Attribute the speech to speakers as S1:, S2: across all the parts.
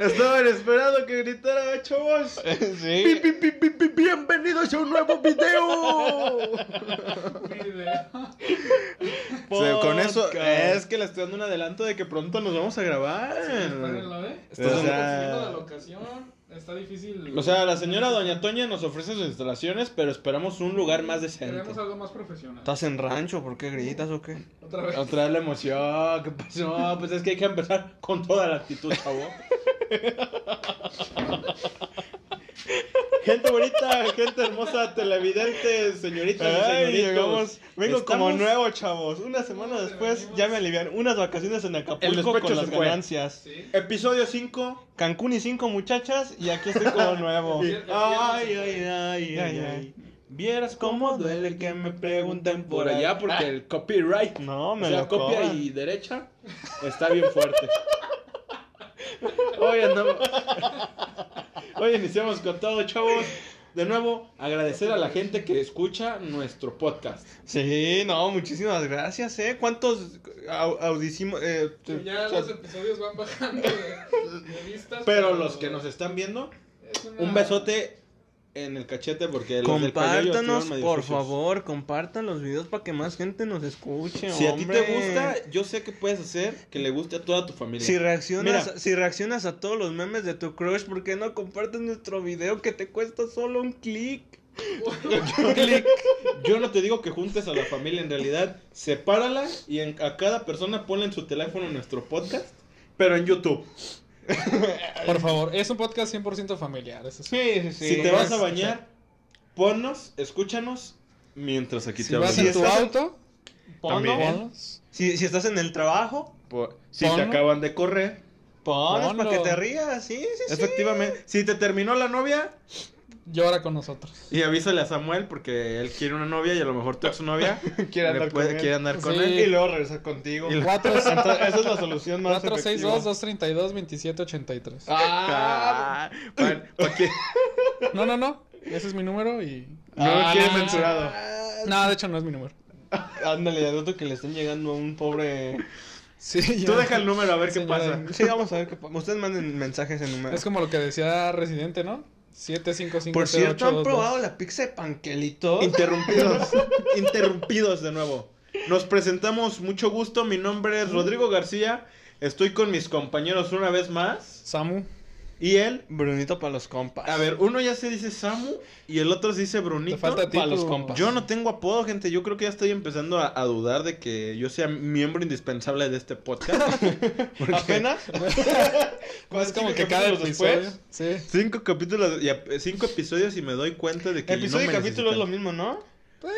S1: Estaban esperando que gritara, chavos.
S2: Sí.
S1: Pi, pi, pi, pi, pi, bienvenidos a un nuevo video. O sea, con eso
S2: Podcast.
S1: es que le estoy dando un adelanto de que pronto nos vamos a grabar.
S3: Espérenlo, ¿eh?
S2: Estás
S3: Estamos
S2: en-
S3: consiguiendo la locación. Está difícil.
S2: O sea, la señora Doña Toña nos ofrece sus instalaciones, pero esperamos un lugar más decente.
S3: Queremos algo más profesional.
S2: ¿Estás en rancho? ¿Por qué gritas o qué?
S3: Otra vez.
S2: Otra vez la emoción, ¿qué pasó? Pues es que hay que empezar con toda la actitud, chavo. gente bonita, gente hermosa, televidentes, señoritas y
S1: Ay,
S2: señoritos.
S1: llegamos. Vengo como
S2: Estamos-
S1: nuevo, chavos. Una semana después Pues, ya me alivian. Unas vacaciones en
S2: El
S1: Acapulco
S2: despecho
S1: con las
S2: se fue.
S1: ganancias.
S3: Sí.
S2: Eh, Episodio 5.
S1: Cancún y cinco muchachas y aquí estoy como nuevo.
S3: Sí.
S2: Ay, ay, ay, ay, ay. Vieras cómo duele Ah. que me pregunten por allá porque el copyright,
S1: No,
S2: o
S1: me
S2: sea,
S1: lo
S2: copia
S1: cobran.
S2: y derecha, está bien fuerte. Hoy andamos- Hoy iniciamos con todo, chavos. De nuevo, agradecer a la gente que escucha nuestro podcast.
S1: Sí, no, muchísimas gracias, ¿eh? ¿Cuántos au- audicimos? eh,
S3: Que ya
S1: o sea,
S3: los episodios van bajando de, de vistas.
S2: Pero los que nos están viendo,
S3: es una-
S2: un besote en el cachete porque los del Cañollo
S1: Compártanos,
S2: estuvieron medio
S1: por
S2: sucios.
S1: favor, compartan los videos para que más gente nos escuche.
S2: Si a ti te
S1: hombre.
S2: gusta, yo sé que puedes hacer que le guste a toda tu familia.
S1: Si reaccionas,
S2: Mira.
S1: si reaccionas a todos los memes de tu crush, ¿por qué no compartes nuestro video que te cuesta solo un clic?
S2: Clic. Yo no te digo que juntes a la familia, en realidad, sepárala y en- a cada persona ponle en su teléfono nuestro podcast, pero en YouTube.
S3: Por favor, es un podcast 100% familiar. eso sí.
S1: Sí, sí, sí.
S2: si te vas a bañar, ponnos, escúchanos mientras aquí
S3: Si
S2: te
S3: vas
S2: hablan.
S1: Si
S3: en tu
S1: estás-
S3: auto,
S1: Ponlo.
S2: También.
S3: ponlos.
S1: Si, si estás en el trabajo,
S2: Po- Si te
S3: Ponlo.
S2: acaban de correr,
S1: pones para
S3: Ponlo.
S1: que te rías. Sí, sí, sí.
S2: efectivamente. Si te terminó la novia,
S3: Llora con nosotros.
S2: y avísale a Samuel porque él quiere una novia y a lo mejor tú eres su novia.
S1: Quiere
S2: le
S1: andar
S2: puede-
S1: con él.
S2: quiere andar con
S3: Sí.
S2: él.
S1: Y luego regresar contigo.
S2: Y-
S3: Cuatro-
S1: Entonces, esa es la solución más efectiva.
S3: 462-232-2783.
S1: Ah,
S2: Ah, bueno, ¿pa' qué?
S3: No, no, no. Ese es mi número y.
S1: no lo
S2: Ah.
S1: quiere mensurado.
S3: No, de hecho no es mi número.
S1: Ándale, ya noto que le están llegando a un pobre.
S3: Sí,
S2: Tú
S3: ya.
S2: deja el número a ver qué
S3: Señora.
S2: pasa.
S1: Sí, vamos a ver qué pa- Ustedes manden mensajes en número.
S3: Es como lo que decía Residente, ¿no? 755
S1: Por cierto, ¿han probado la pizza de panquelito?
S2: Interrumpidos, interrumpidos de nuevo. Nos presentamos, mucho gusto, mi nombre es Rodrigo García, estoy con mis compañeros una vez más
S3: Samu.
S2: y él,
S1: Brunito para los compas.
S2: a ver, uno ya se dice Samu y el otro se dice Brunito.
S3: Te falta a ti
S1: pa' los
S3: tu-
S1: compas.
S2: Yo no tengo apodo, gente, yo creo que ya estoy empezando a, a dudar de que yo sea miembro indispensable de este podcast. Porque
S1: ¿Apenas?
S3: Es como
S1: cinco
S3: que cada
S1: capítulos
S3: episodio.
S1: después.
S3: Sí.
S2: Cinco capítulos, y ap- cinco episodios y me doy cuenta de que
S1: Episodio
S2: no
S1: y
S2: me
S1: capítulo es lo
S2: necesitan.
S1: mismo, ¿no?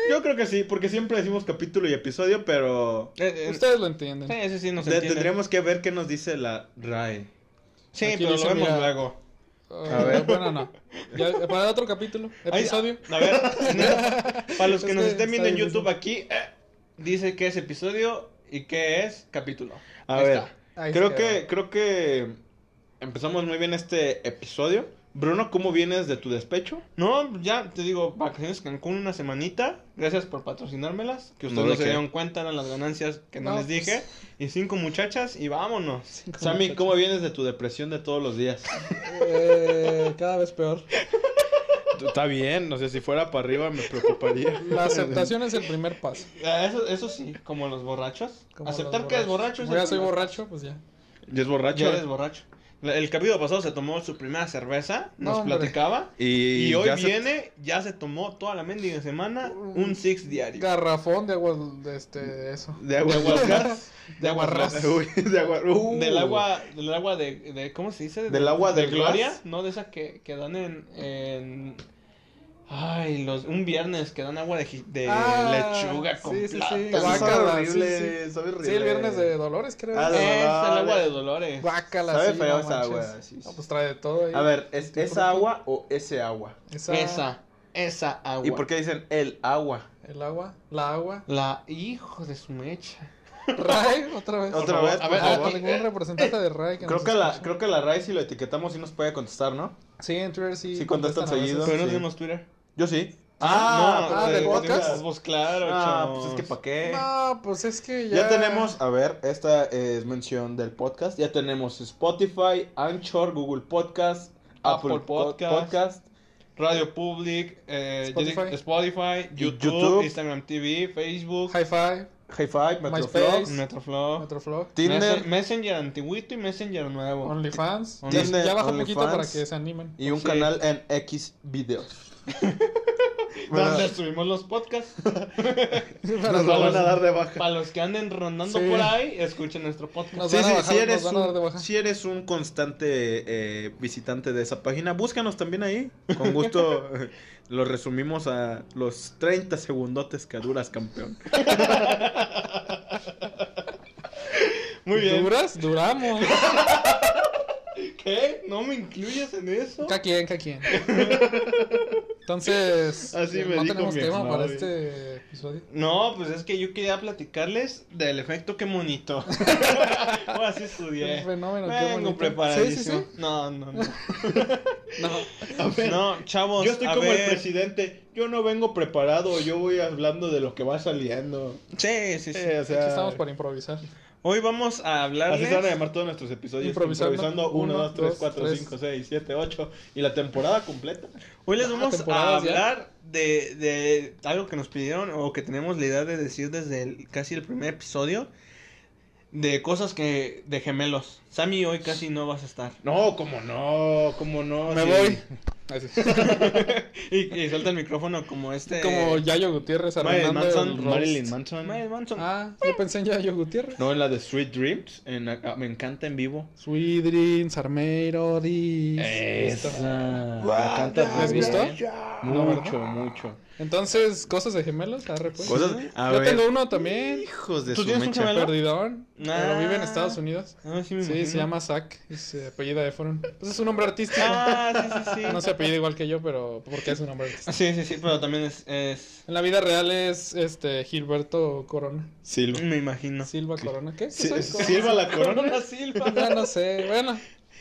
S2: Yo creo que sí, porque siempre decimos capítulo y episodio, pero...
S1: Eh, eh,
S3: Ustedes lo entienden.
S1: Sí, sí, sí, nos
S2: Te-
S1: entienden.
S2: Tendremos que ver qué nos dice la RAE.
S1: Sí,
S3: Aquí
S1: pero lo
S3: dice,
S1: vemos
S3: mira,
S1: luego.
S3: Ah,
S2: ver.
S3: Bueno, no. Ya, eh, para otro capítulo,
S1: Ay,
S3: episodio.
S1: a- a ver, para los que
S3: Es
S1: nos
S3: que
S1: estén viendo en
S3: está
S1: YouTube aquí, eh, dice que es episodio y que es capítulo.
S2: A
S1: Ahí
S2: ver,
S1: está.
S3: Ahí
S2: creo
S3: se
S2: que, creo que empezamos muy bien este episodio. Bruno, ¿cómo vienes de tu despecho?
S1: No, ya te digo, vacaciones Cancún una semanita. Gracias por patrocinármelas. Que ustedes
S2: No,
S1: no,
S2: ¿de
S1: se
S2: qué?
S1: dieron cuenta eran las ganancias que no,
S3: No, pues.
S1: les dije. Y cinco muchachas y vámonos.
S3: Cinco
S2: Sammy,
S3: muchachos.
S2: ¿cómo vienes de tu depresión de todos los días?
S3: Eh, cada vez peor.
S2: Tú- Está bien, no sé, si fuera para arriba me preocuparía.
S3: La aceptación es el primer paso.
S1: Ah, Eso, eso sí, como los borrachos.
S3: Como
S1: Aceptar
S3: los
S1: que eres
S3: borrachos.
S1: borracho. es
S3: Como ya
S1: el
S3: soy
S1: primer-
S3: borracho, pues ya.
S2: Y es borracho.
S1: Ya eres borracho. La- El capítulo pasado se tomó su primera cerveza,
S3: No,
S1: nos
S3: hombre.
S1: platicaba.
S2: Y,
S1: Y, hoy
S2: ya se-
S1: viene, ya se tomó toda la mendiga semana,
S3: Mm.
S1: un six diario.
S3: Garrafón de agua de este de eso.
S2: De agua de aguarrás.
S3: De aguarrás.
S2: Uy, de agua- uh.
S1: Del agua, del agua de, de- ¿cómo se dice?
S2: Del agua
S1: de
S2: del
S1: gloria,
S2: glass.
S1: no de esa que, que dan en, en- ay, los un viernes que dan agua de, ji- de
S3: Ah,
S1: lechuga con
S3: sí, sí, sí.
S1: plátano.
S2: Eso sabe
S3: Guácala,
S2: horrible,
S3: sí, sí.
S2: sabe
S3: Sí,
S2: horrible.
S3: el viernes de Dolores, creo. Eh,
S2: Ah,
S1: Esa
S2: de-
S1: es el agua de Dolores.
S3: Guácala,
S2: Sabe
S3: sí,
S2: feo
S3: no
S2: esa
S3: manches.
S2: agua, sí, sí.
S3: No, pues trae de todo ahí.
S2: A ver, ¿es esa agua o ese agua?
S3: Esa,
S1: Esa, esa agua.
S2: ¿Y por qué dicen el agua?
S3: El agua, la agua.
S1: La hijo de su mecha.
S3: Rai, otra vez.
S2: Otra
S3: Por favor,
S2: vez,
S3: A
S2: por
S3: ver,
S2: favor. Eh,
S3: a ningún representante de Rai que
S2: Creo
S3: nos
S2: que, la,
S3: escuche.
S2: creo que la RAE si lo etiquetamos sí nos puede contestar, ¿no?
S3: Sí, en Twitter sí.
S2: Sí, contestan
S3: a veces.
S2: seguido.
S1: Pero no
S2: Sí.
S1: tenemos Twitter. eh,
S2: Yo sí.
S4: Ah,
S2: No,
S4: ah,
S2: de-
S4: del
S2: de-
S4: podcast.
S2: Pues claro,
S4: Ah,
S2: chavos.
S4: pues es que pa' qué.
S3: No, pues es que ya.
S2: Ya tenemos, a ver, esta es mención del podcast. Ya tenemos Spotify, Anchor, Google Podcast, Apple,
S1: Apple
S2: Po-
S1: Podcast,
S2: Podcast.
S1: Radio Public, eh,
S3: Spotify.
S1: Spotify, Spotify YouTube,
S2: YouTube.
S1: Instagram TV, Facebook,
S3: High Five,
S2: Hi Five, Metroflog,
S3: MySpace.
S1: Metroflow,
S3: Metroflog,
S1: Messen-
S2: Tinder
S1: Messenger antiguito y Messenger nuevo.
S3: OnlyFans.
S1: Only-
S3: Ya- Ya baja un
S2: Only
S3: poquito
S2: fans.
S3: para que se animen.
S2: y un
S1: Sí.
S2: canal en X videos.
S1: Donde subimos los podcasts.
S3: Para
S1: lo
S3: los-
S1: van a dar
S2: de baja.
S1: Para los que anden rondando
S3: Sí.
S1: por ahí, escuchen nuestro podcast.
S3: Nos
S2: Sí,
S3: van a
S2: sí,
S3: bajar,
S2: si,
S3: nos
S2: eres
S3: van a dar de
S2: un,
S3: baja.
S2: si eres un constante eh, visitante de esa página, búscanos también ahí. Con gusto eh, lo resumimos a los 30 segundotes que duras, campeón.
S1: Muy bien.
S3: ¿Duras? Duramos.
S1: ¿Qué? ¿No me incluyes en eso?
S3: Cada quien, cada quien. Entonces, eh,
S2: Así me
S3: no
S2: dijo
S3: tenemos
S2: mi
S3: tema para
S2: exnovio.
S3: este episodio.
S1: No, pues es que yo quería platicarles del efecto que monito. o así estudié.
S3: Un fenómeno, qué
S1: Vengo
S3: bonito.
S1: preparadísimo.
S3: Sí, sí,
S1: No, no, no.
S3: sí. No.
S1: No, chavos,
S2: Yo estoy
S1: a
S2: como el
S1: ver.
S2: presidente. Yo no vengo preparado. Yo voy hablando de lo que va saliendo.
S1: Sí, sí, sí.
S2: Eh, o sea,
S3: Aquí estamos para improvisar.
S1: Hoy vamos a
S2: así se van a
S1: hablarles.
S2: llamar todos nuestros episodios.
S3: Improvisando.
S2: Improvisando 1,
S3: Uno,
S2: 2, 3,
S3: dos,
S2: 4,
S3: tres.
S2: 5, 6, 7, 8. Y la temporada completa.
S1: Hoy les
S3: Ah,
S1: vamos a
S3: temporadas ya.
S1: hablar de, de algo que nos pidieron o que tenemos la idea de decir desde el- casi el primer episodio. De cosas que. de gemelos. Sammy, hoy casi no vas a estar.
S2: No, como no, como no.
S3: Me
S2: oh, sí.
S3: voy. Así.
S1: Y, y suelta el micrófono como este.
S3: Como Yayo Gutiérrez
S2: Marilyn
S3: arruinando
S2: Manson,
S3: el roast.
S2: Marilyn Manson.
S1: Miles Manson.
S3: Ah, yo pensé en Yayo Gutiérrez.
S2: No, en la de Sweet Dreams. en la- ah, me encanta en vivo.
S3: Sweet Dreams, Armeiro, Dis. Listo.
S2: Esa. Me encanta
S3: ¿Les
S2: muy
S3: gustó?
S2: bien.
S1: Ah,
S2: Mucho, mucho.
S3: Entonces, cosas de gemelos, arre pues.
S2: Cosas- a
S3: Yo
S2: ver.
S3: tengo uno también,
S2: Hijos de
S1: ¿Tú
S2: su
S1: tienes un
S2: mecha.
S1: gemelo?
S3: perdidón, pero vive en Estados Unidos.
S1: Ah, sí, me
S3: Sí,
S1: imagino.
S3: se llama Zack y se apellida Efron. Pues es un nombre artístico.
S1: Ah, sí, sí, sí.
S3: No se apellida igual que yo, pero porque es un nombre artístico.
S1: Sí, sí, sí, pero también es. es-
S3: En la vida real es este Gilberto Corona.
S2: Silva.
S1: Me imagino.
S3: Silva Corona. ¿Qué? ¿Qué
S2: Si-
S3: soy?
S2: Silva la corona.
S1: Silva.
S3: Ya no sé. Bueno.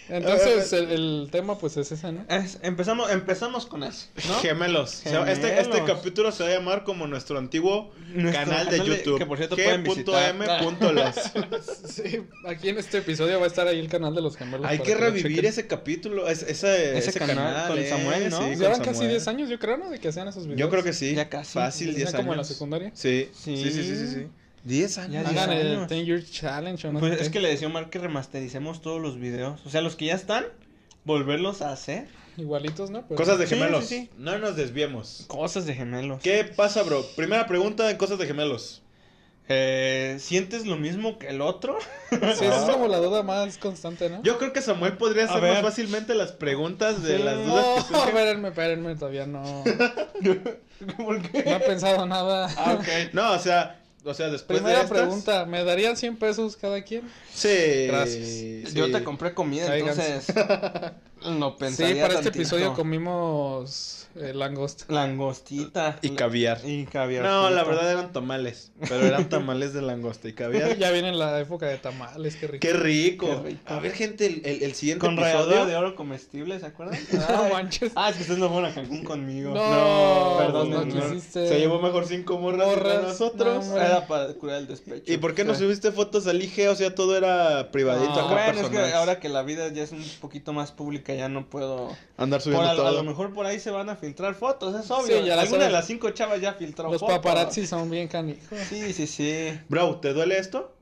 S3: Entonces el, el tema pues es ese, ¿no?
S1: Es- empezamos, empezamos con eso, ¿no?
S2: Gemelos. Se va- Este,
S1: Gemelos.
S2: este capítulo se va a llamar como nuestro antiguo
S1: Nuestro
S2: canal de YouTube.
S1: Que por cierto
S2: G.
S1: pueden
S2: punto
S1: visitar.
S2: M.
S1: Ah.
S2: punto las.
S3: Sí, aquí en este episodio va a estar ahí el canal de los gemelos.
S2: Hay
S3: para
S2: que
S3: lo
S2: revivir
S3: chequen.
S2: ese capítulo, es- ese, eh,
S1: Ese canal con
S2: Sí,
S1: Samuel, ¿no?
S2: con
S3: Pues Llevan casi
S2: Samuel.
S3: 10 años, yo creo, ¿no? De que hacían esos videos.
S2: Yo creo que sí.
S1: Ya casi.
S2: Fácil,
S3: Empiezan
S2: 10 años.
S3: como en la secundaria.
S2: Sí, sí,
S1: Sí.
S2: sí, sí, sí. sí. 10
S1: Ya
S2: años.
S1: diez
S3: Hagan el
S1: años.
S3: 10 Year Challenge o no.
S1: Pues
S3: sé
S1: es
S3: qué.
S1: que le decía a Omar que remastericemos todos los videos. O sea, los que ya están, volverlos a hacer.
S3: Igualitos, ¿no? Pero-
S2: Cosas de
S1: Sí,
S2: gemelos.
S1: sí, sí.
S2: No nos desviemos.
S1: Cosas de gemelos.
S2: ¿Qué pasa, bro? Primera pregunta en cosas de gemelos.
S1: Eh, ¿Sientes lo mismo que el otro?
S3: Sí, esa es como la duda más constante, ¿no?
S2: Ah. Yo creo que Samuel podría hacer
S1: ver.
S2: más fácilmente las preguntas de
S1: Sí.
S2: las dudas
S3: No,
S2: que surgen.
S3: espérenme, espérenme, todavía no.
S1: ¿Por
S3: No he
S1: qué?
S3: pensado nada.
S1: Ah, ok.
S2: No, o sea, o sea, después
S3: Primera
S2: Pues de estas,
S3: pregunta, ¿me darían 100 pesos cada quien?
S2: Sí.
S3: Gracias.
S1: Yo
S2: sí.
S1: te compré comida,
S3: Cáiganse.
S1: entonces. No
S3: Sí,
S1: pensaría
S3: para este
S1: tantito.
S3: episodio comimos eh, langosta.
S1: Langostita.
S2: y caviar.
S1: Y caviar.
S2: No, la verdad eran tamales, pero eran tamales de langosta y caviar.
S3: Ya viene la época de tamales, qué rico.
S2: Qué rico.
S1: Qué rico.
S2: A ver, gente, el, el- el siguiente
S1: Con ralladura
S2: este episodio
S1: de oro comestible, ¿se acuerdan?
S3: No manches.
S1: Ah, es que ustedes no fueron a Cancún conmigo.
S3: No,
S1: perdón,
S3: no
S1: Oh, no.
S3: quisiste.
S2: se llevó mejor cinco morras,
S3: Morras,
S2: que nosotros.
S3: no,
S1: Era para curar el despecho.
S2: ¿Y por qué no
S3: Sí.
S2: subiste fotos al IG? O sea, todo era privadito
S3: Ah,
S2: acá
S1: bueno,
S2: personal.
S1: es que ahora que la vida ya es un poquito más pública, ya no puedo.
S2: andar
S1: Por
S2: subiendo
S1: a, a
S2: todo.
S1: lo mejor por ahí se van a filtrar fotos, es obvio.
S3: Sí, ya las
S1: Alguna de
S3: sabes.
S1: las cinco chavas ya filtró
S3: Los
S1: fotos.
S3: paparazzi son bien canijos.
S1: Sí, sí, sí.
S2: Bro, ¿te duele esto?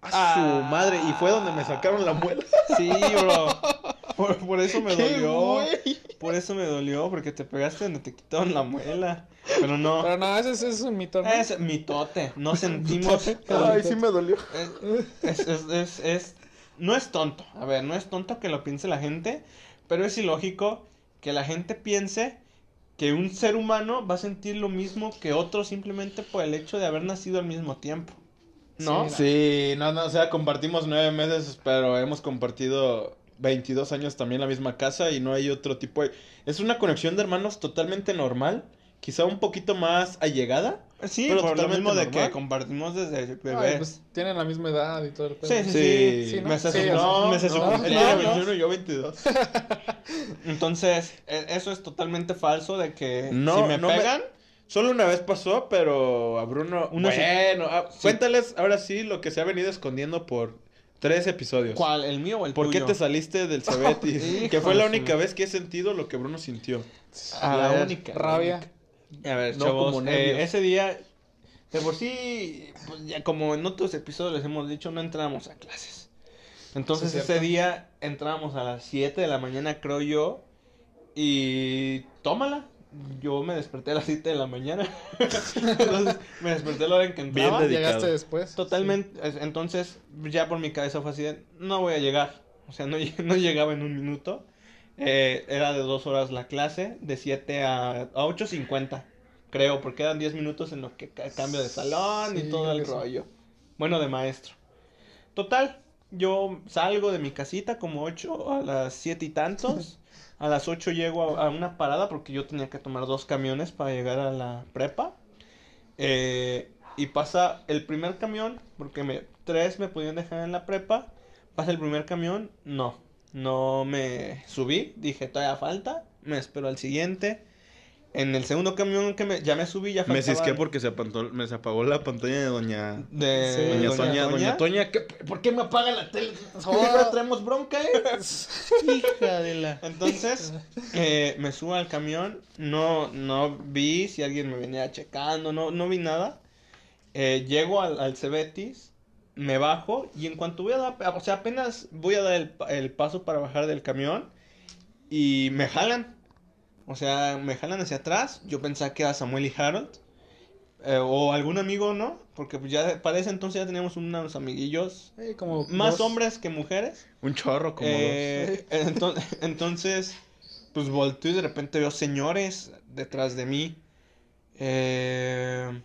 S2: A
S1: Ah.
S2: su madre, y fue donde me sacaron la muela.
S1: Sí, bro. Por, por eso me
S2: ¡Qué
S1: dolió.
S2: güey!
S1: Por eso me dolió, porque te pegaste donde te quitaron la muela. Pero no.
S3: Pero no, ese, ese es un mito, ¿no?
S1: Es mitote. No sentimos.
S2: Ay, sí me dolió.
S1: Es, es, es, es- es- no es tonto, a ver, no es tonto que lo piense la gente, pero es ilógico que la gente piense que un ser humano va a sentir lo mismo que otro simplemente por el hecho de haber nacido al mismo tiempo. ¿No?
S3: Sí,
S2: Sí, no, no, o sea, compartimos nueve meses, pero hemos compartido 22 años también la misma casa y no hay otro tipo de... Es una conexión de hermanos totalmente normal, quizá un poquito más allegada.
S1: Sí,
S2: Pero
S1: por lo
S2: totalmente
S1: mismo de
S2: normal.
S1: que compartimos desde bebé.
S3: Ay, pues tienen la misma edad y todo el pedo.
S1: Sí,
S2: Sí,
S1: sí, sí.
S3: sí, ¿no?
S1: Me se
S3: Sí,
S1: su-
S3: o sea,
S1: me se su-
S3: no,
S2: Él
S1: no,
S2: tiene
S1: no.
S2: 21 y yo 22.
S1: Entonces, e- eso es totalmente falso de que
S2: No,
S1: si me
S2: no me-
S1: pegan,
S2: Solo una vez pasó, pero a Bruno.
S1: Una sí.
S2: bueno, ah,
S1: Sí.
S2: cuéntales ahora sí lo que se ha venido escondiendo por tres episodios.
S1: ¿Cuál? ¿El mío o el
S2: ¿Por qué
S1: tuyo?
S2: te saliste del Cebetis? que
S1: Hijo
S2: fue la
S1: de su-
S2: única vez que he sentido lo que Bruno sintió.
S1: A
S2: la
S1: ver,
S2: Ah, única.
S3: Rabia.
S1: A ver,
S2: No
S1: chavos,
S2: como
S1: eh,
S2: nervios.
S1: ese día, de por sí, pues, ya como en otros episodios les hemos dicho, no entrábamos a clases. Entonces
S3: Sí, es
S1: ese
S3: cierto.
S1: día entrábamos a las 7 de la mañana, creo yo, y tómala. Yo me desperté a las 7 de la mañana. Entonces me desperté a la hora en que
S2: Bien
S1: entraba.
S2: dedicado.
S3: Ah, Llegaste después.
S1: Totalmente. es- Entonces, ya por mi cabeza fue así de, no voy a llegar. O sea, no, lle- no llegaba en un minuto. Eh, era de dos horas la clase, de 7 a, a 8.50, creo, porque eran 10 minutos en lo que ca- cambio de salón
S3: Sí,
S1: y todo el
S3: creo que sí.
S1: rollo. Bueno, de maestro. Total, yo salgo de mi casita como 8 a las 7 y tantos. A las 8 llego a, a una parada porque yo tenía que tomar dos camiones para llegar a la prepa. Eh, y pasa el primer camión, porque me, tres me podían dejar en la prepa. Pasa el primer camión, no. No me subí, dije todavía falta. Me espero al siguiente. En el segundo camión que me, ya me subí, ya
S2: Me
S1: faltaba-
S2: cisqué porque se, apantó- me se apagó la pantalla de Doña.
S1: De
S3: Sí,
S2: Doña,
S1: Doña
S2: Toña,
S1: Toña.
S2: Doña Toña, ¿qué- ¿por qué me apaga la tele?
S1: Siempre traemos bronca, eh.
S3: Hija de la.
S1: Entonces, eh, me subo al camión, no, no vi si alguien me venía checando, no, no vi nada. Eh, llego al, al Cebetis, me bajo y en cuanto voy a dar, o sea, apenas voy a dar el, pa- el paso para bajar del camión y me jalan. O sea, me jalan hacia atrás, yo pensaba que era Samuel y Harold. eh, o algún amigo, ¿no? Porque pues, ya para ese entonces ya teníamos unos amiguillos.
S3: Eh, como
S1: Más
S3: dos.
S1: hombres que mujeres.
S2: Un chorro como
S1: Eh, enton- entonces, pues volteo y de repente veo señores detrás de mí. Eh,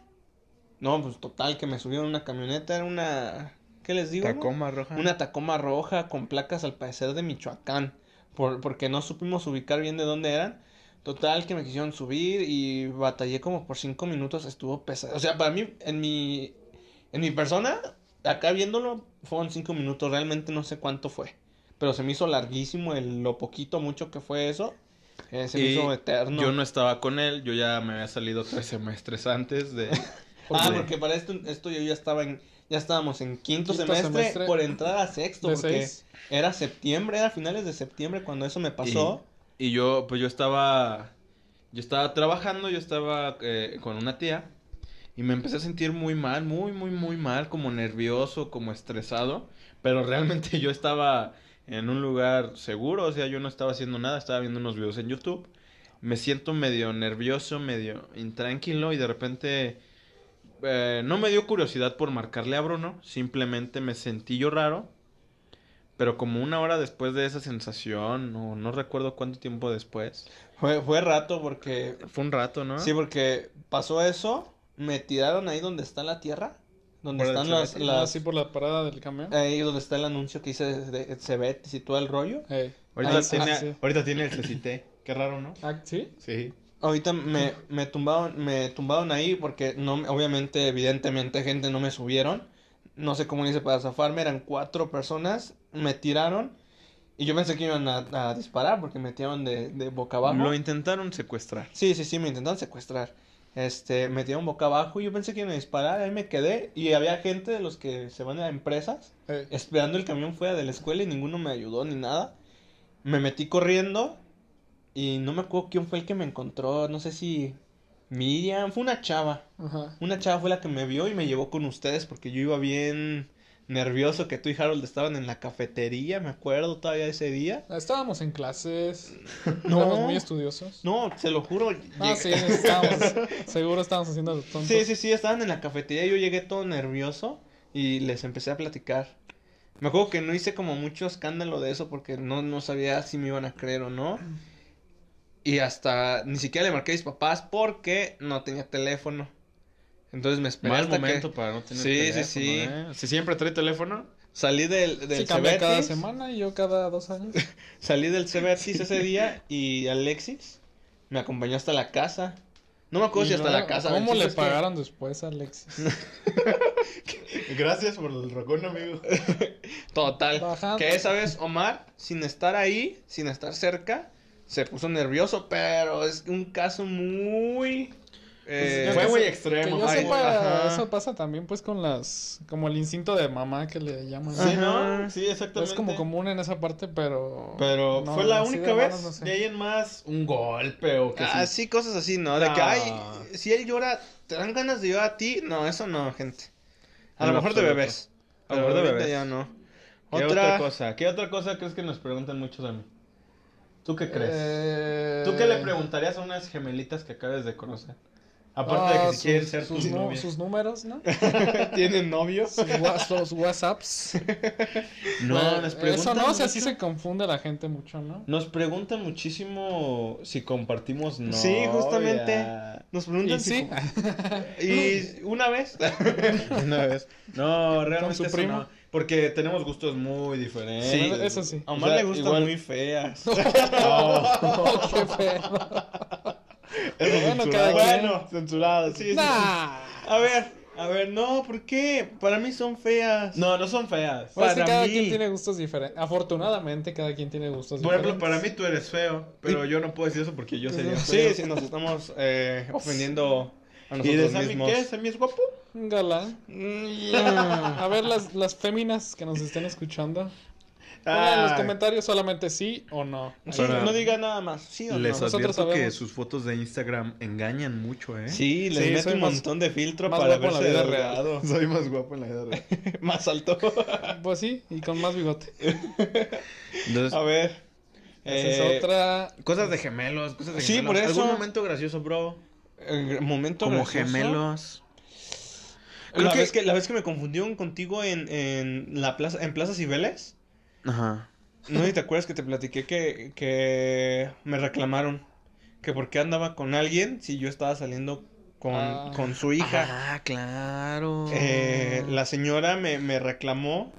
S1: no, pues total, que me subieron a una camioneta, era una... ¿Qué les
S2: dos.
S1: digo? no?
S2: Tacoma roja.
S1: Una Tacoma roja con placas al parecer de Michoacán, por- porque no supimos ubicar bien de dónde eran. Total, que me quisieron subir y batallé como por cinco minutos, estuvo pesado. O sea, para mí, en mi, en mi persona, acá viéndolo, fueron cinco minutos, realmente no sé cuánto fue. Pero se me hizo larguísimo el, lo poquito, mucho que fue eso. eh, se me
S2: Y
S1: hizo eterno.
S2: Yo no estaba con él, yo ya me había salido tres semestres antes de.
S1: Ah,
S2: Sí.
S1: porque para esto, esto yo ya estaba en, ya estábamos en quinto,
S3: Quinto
S1: semestre,
S3: semestre.
S1: por entrar a sexto,
S3: De
S1: porque
S3: seis.
S1: Era septiembre, era finales de septiembre cuando eso me pasó.
S2: Y, y yo, pues yo estaba. Yo estaba trabajando, yo estaba eh, con una tía. Y me empecé a sentir muy mal, muy, muy, muy mal, como nervioso, como estresado. Pero realmente yo estaba en un lugar seguro, o sea, yo no estaba haciendo nada, estaba viendo unos videos en YouTube. Me siento medio nervioso, medio intranquilo y de repente eh, no me dio curiosidad por marcarle a Bruno, simplemente me sentí yo raro. Pero como una hora después de esa sensación, no, no recuerdo cuánto tiempo después.
S1: Fue, fue rato porque...
S2: Fue un rato, ¿no?
S1: Sí, porque pasó eso, me tiraron ahí donde está la tierra, donde
S2: Por el
S1: están las...
S2: Cebetis.
S1: las-
S3: Así Ah, por la parada del camión.
S1: ahí donde está el anuncio que hice de Cebetis y todo el rollo.
S3: Ey.
S2: ahorita,
S1: Ahí-
S2: tiene,
S3: ah, sí.
S2: ahorita tiene el CCT. Qué raro, ¿no?
S3: Ah, ¿Sí?
S2: Sí.
S1: Ahorita me, me tumbaron, me tumbaron ahí porque no, obviamente, evidentemente, gente no me subieron. No sé cómo le hice para zafarme, eran cuatro personas, me tiraron y yo pensé que iban a, a disparar porque me tiraron de, de boca abajo.
S2: Lo intentaron secuestrar.
S1: Sí, sí, sí, me intentaron secuestrar. Este, me tiraron boca abajo y yo pensé que iban a disparar, ahí me quedé y había gente de los que se van a empresas
S3: Ey.
S1: esperando el camión fuera de la escuela y ninguno me ayudó ni nada. Me metí corriendo y no me acuerdo quién fue el que me encontró, no sé si Miriam, fue una chava.
S3: Ajá.
S1: Una chava fue la que me vio y me llevó con ustedes porque yo iba bien nervioso que tú y Harold estaban en la cafetería, me acuerdo todavía ese día.
S3: Estábamos en clases.
S1: No.
S3: Éramos muy estudiosos.
S1: No, se lo juro.
S3: Ah,
S1: llegué-
S3: sí, estábamos. Seguro estábamos haciendo los tontos.
S1: Sí, sí, sí, estaban en la cafetería, yo llegué todo nervioso y les empecé a platicar. Me acuerdo que no hice como mucho escándalo de eso porque no, no sabía si me iban a creer o no. Y hasta ni siquiera le marqué a mis papás porque no tenía teléfono. Entonces me esperé
S2: Mal
S1: hasta
S2: momento
S1: que
S2: para no tener
S1: Sí,
S2: teléfono.
S1: sí, sí.
S2: ¿eh? Si siempre trae teléfono.
S1: salí del, del
S3: Sí, cambia cada
S1: Cebetis,
S3: semana y yo cada dos años.
S1: salí del Cebetis ese día y Alexis me acompañó hasta la casa. No me acuerdo si
S3: Y
S1: hasta
S3: no,
S1: la casa.
S3: ¿Cómo
S1: el chiste
S3: le
S1: es que-
S3: pagaron después a Alexis?
S2: Gracias por el rocón, amigo.
S1: Total.
S3: Bajando.
S1: Que esa vez Omar, sin estar ahí, sin estar cerca, se puso nervioso, pero es un caso muy Eh,
S3: Pues, Yo
S2: Fue
S3: que
S2: muy
S3: se-
S2: extremo.
S3: Que yo
S2: ay,
S3: sepa,
S1: ajá.
S3: eso pasa también pues con las, como el instinto de mamá que le llaman.
S2: Sí,
S1: Ajá.
S2: ¿no? Sí, exactamente.
S3: Es como común en esa parte, pero...
S2: Pero
S3: no,
S2: fue la
S3: así de
S2: única
S3: hermanos,
S2: vez.
S3: no sé.
S2: De ahí en más, un golpe o que
S1: Ah,
S2: sí.
S1: sí, cosas así, ¿no? De que,
S2: No.
S1: ay, si él llora, ¿te dan ganas de llorar a ti? No, eso no, gente. A
S2: En
S1: lo mejor de
S2: absoluto.
S1: bebés.
S2: A lo mejor de
S1: ahorita
S2: bebés.
S1: ya no.
S2: ¿Qué
S1: Otra,
S2: otra... cosa? ¿Qué otra cosa crees que nos preguntan muchos a mí? ¿Tú qué crees?
S3: Eh,
S2: ¿Tú qué le preguntarías a unas gemelitas que acabes de conocer? Aparte
S3: ah,
S2: de que si
S3: sus-
S2: quieren ser
S3: sus
S2: tus
S3: nu-
S2: novias.
S3: Sus números, ¿no?
S1: ¿Tienen novio?
S3: Sus, wa- sus WhatsApps.
S2: No,
S3: Bueno,
S2: nos preguntan.
S3: Eso no, o sea, sí
S2: mucho-
S3: se confunde la gente mucho, ¿no?
S2: Nos preguntan muchísimo si compartimos no.
S1: Sí, justamente. Nos
S3: Y
S1: preguntan
S3: sí,
S1: si... Y una vez.
S2: Una vez. No, realmente
S3: su
S2: eso
S3: primo.
S2: no, porque tenemos gustos muy diferentes.
S1: Sí,
S3: eso sí.
S1: A Omar
S2: O sea,
S1: le gustan
S2: igual-
S1: muy feas.
S2: No.
S3: Oh, qué feo. Bueno, cada quien.
S1: Bueno, censurado, sí, sí, sí.
S3: Nah.
S1: A ver, a ver, no, ¿por qué? Para mí son feas.
S2: No, no son feas.
S3: Pues es que
S1: Para
S3: cada
S1: mí.
S3: quien tiene gustos diferentes. Afortunadamente, cada quien tiene gustos
S2: Por ejemplo,
S3: diferentes.
S2: para mí tú eres feo, pero yo no puedo decir eso porque yo sería feo.
S1: Sí, sí, nos estamos eh, ofendiendo a
S2: ¿Y de
S1: nosotros
S2: Sammy
S1: mismos.
S2: qué? ¿Sammy es guapo?
S3: Un galán.
S2: Mm,
S3: A ver, las, las féminas que nos estén escuchando. Pongan en los
S2: Ah,
S3: comentarios solamente sí o no. Ahí
S1: Sí,
S2: Para-
S1: no diga nada más, sí o
S2: Les
S1: no.
S3: nosotros
S2: advierto que
S3: sabemos.
S2: sus fotos de Instagram engañan mucho, ¿eh?
S1: Sí, les
S3: Sí,
S1: mete
S3: soy
S1: un
S3: más-
S1: montón de filtro
S3: más
S1: para
S3: guapo en la
S1: verse
S3: vida
S1: delgado.
S2: Soy más guapo en la vida real.
S1: más alto.
S3: Pues sí, y con más bigote.
S1: Eh,
S2: Entonces,
S1: A ver.
S3: Esa es
S1: eh,
S3: otra.
S2: cosas de gemelos, cosas de
S1: Sí,
S2: gemelos.
S1: por eso.
S2: ¿Algún momento gracioso, bro?
S1: eh, momento
S2: Como
S1: gracioso.
S2: gemelos. Creo
S1: La,
S2: que-
S1: Vez que, la vez que me confundieron contigo en, en la plaza, en Plaza Cibeles.
S2: Ajá.
S1: No sé si te acuerdas que te platiqué que, que me reclamaron que por qué andaba con alguien si yo estaba saliendo con,
S3: Ah.
S1: con su hija.
S2: Ah, claro.
S1: Eh, la señora me, me reclamó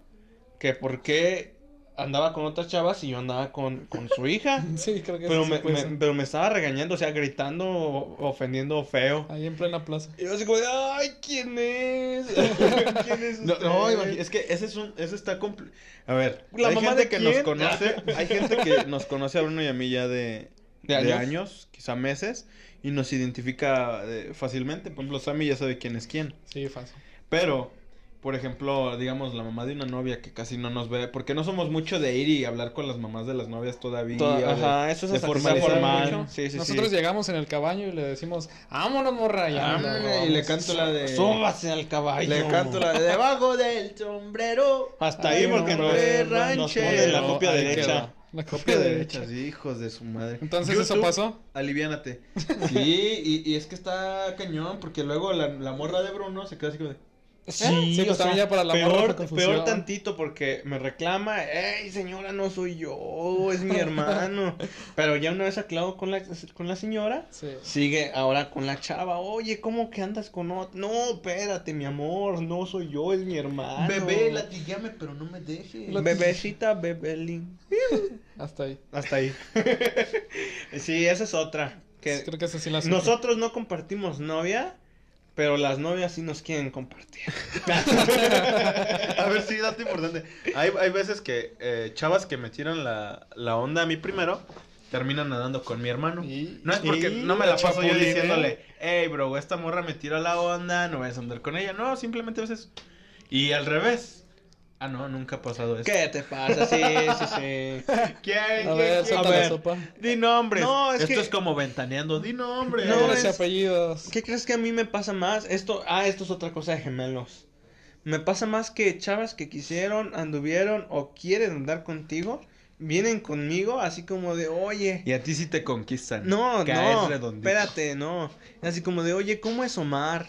S1: que por qué andaba con otras chavas si yo andaba con, con su hija.
S3: Sí, creo que
S1: pero,
S3: sí
S1: me,
S3: se puede
S1: me-
S3: ser.
S1: pero me estaba regañando, o sea, gritando, ofendiendo feo.
S3: Ahí en plena plaza.
S1: Y yo así como de, ay, ¿quién es? ¿Quién es
S2: No,
S1: usted?"
S2: no, imagi- es que ese es un, ese está compl- A ver,
S1: ¿La
S2: hay
S1: mamá
S2: gente
S1: de
S2: que
S1: quién? Ah.
S2: nos conoce, hay gente que nos conoce a Bruno y a mí ya de, de
S1: ¿De
S2: años?
S1: años?
S2: quizá meses, y nos identifica eh, fácilmente. Por ejemplo, Sammy ya sabe quién es quién.
S3: Sí, fácil.
S2: Pero, por ejemplo, digamos, la mamá de una novia que casi no nos ve, porque no somos mucho de ir y hablar con las mamás de las novias todavía.
S1: Toda-
S2: o de-
S1: ajá, eso es
S2: de
S1: hasta que se
S2: formal,
S1: aburre
S2: formal.
S1: mucho. Sí, sí,
S3: Nosotros
S1: sí. Ah,
S3: llegamos en el caballo y le decimos, vámonos, morra. ya,
S2: Ándale,
S3: nos vamos".
S2: y le canto la de...
S1: Súbase al caballo.
S2: Le canto la de debajo del sombrero.
S1: Hasta
S3: Ay,
S1: ahí porque
S3: no,
S1: nos,
S2: hombre,
S1: nos pone
S2: ranchero.
S1: la copia
S3: Ahí
S1: derecha.
S3: quedó. La
S2: Copia
S3: copia
S2: derecha,
S3: derecha.
S2: sí, hijos de su madre.
S3: Entonces eso
S2: YouTube,
S3: pasó.
S2: Aliviánate. Sí, y, y es que está cañón, porque luego la, la morra de Bruno se queda así como de.
S3: Sí, pues también ya para la morra fue
S1: peor,
S3: confusión.
S1: peor tantito porque me reclama, ey señora, no soy yo, es mi hermano. Pero ya una vez aclaro con la, con la señora,
S3: Sí.
S1: sigue ahora con la chava, oye, ¿cómo que andas con otro? No, espérate, mi amor, no soy yo, es mi
S3: Ah,
S1: hermano.
S2: Bebé, latigame, pero no me dejes.
S1: Bebecita, bebelín.
S3: Hasta ahí.
S1: Hasta ahí. sí, esa es otra. Que
S3: Creo que esa sí la supe.
S1: Nosotros no compartimos novia, pero las novias sí nos quieren compartir.
S2: A ver, sí, dato importante. Hay, hay veces que eh, chavas que me tiran la, la onda a mí primero terminan nadando con mi hermano.
S3: Y-
S2: No es porque
S1: y
S2: no me la
S1: la ¿eh?
S2: paso yo
S1: chapulinea.
S2: diciéndole, hey, bro, esta morra me tira la onda, no vayas a andar con ella. No, simplemente a veces. Y al revés. Ah, no, nunca ha pasado eso.
S1: ¿Qué te pasa? Sí, sí, sí.
S2: ¿Quién?
S3: A
S2: ¿Quién?
S3: ver,
S2: ¿Quién?
S3: suelta la
S1: A ver.
S3: sopa.
S2: Di nombres.
S1: No, es
S2: Esto
S1: que-
S2: es como ventaneando. Di nombres.
S1: No,
S3: Nombres y
S1: es-
S3: apellidos.
S1: ¿Qué crees que a mí me pasa más? Esto, ah, esto es otra cosa de gemelos. Me pasa más que chavas que quisieron, anduvieron o quieren andar contigo, vienen conmigo así como de, oye,
S2: Y a ti sí te conquistan.
S1: no,
S2: Caes
S1: no,
S2: redondito.
S1: espérate, no. Así como de, oye, ¿cómo es Omar?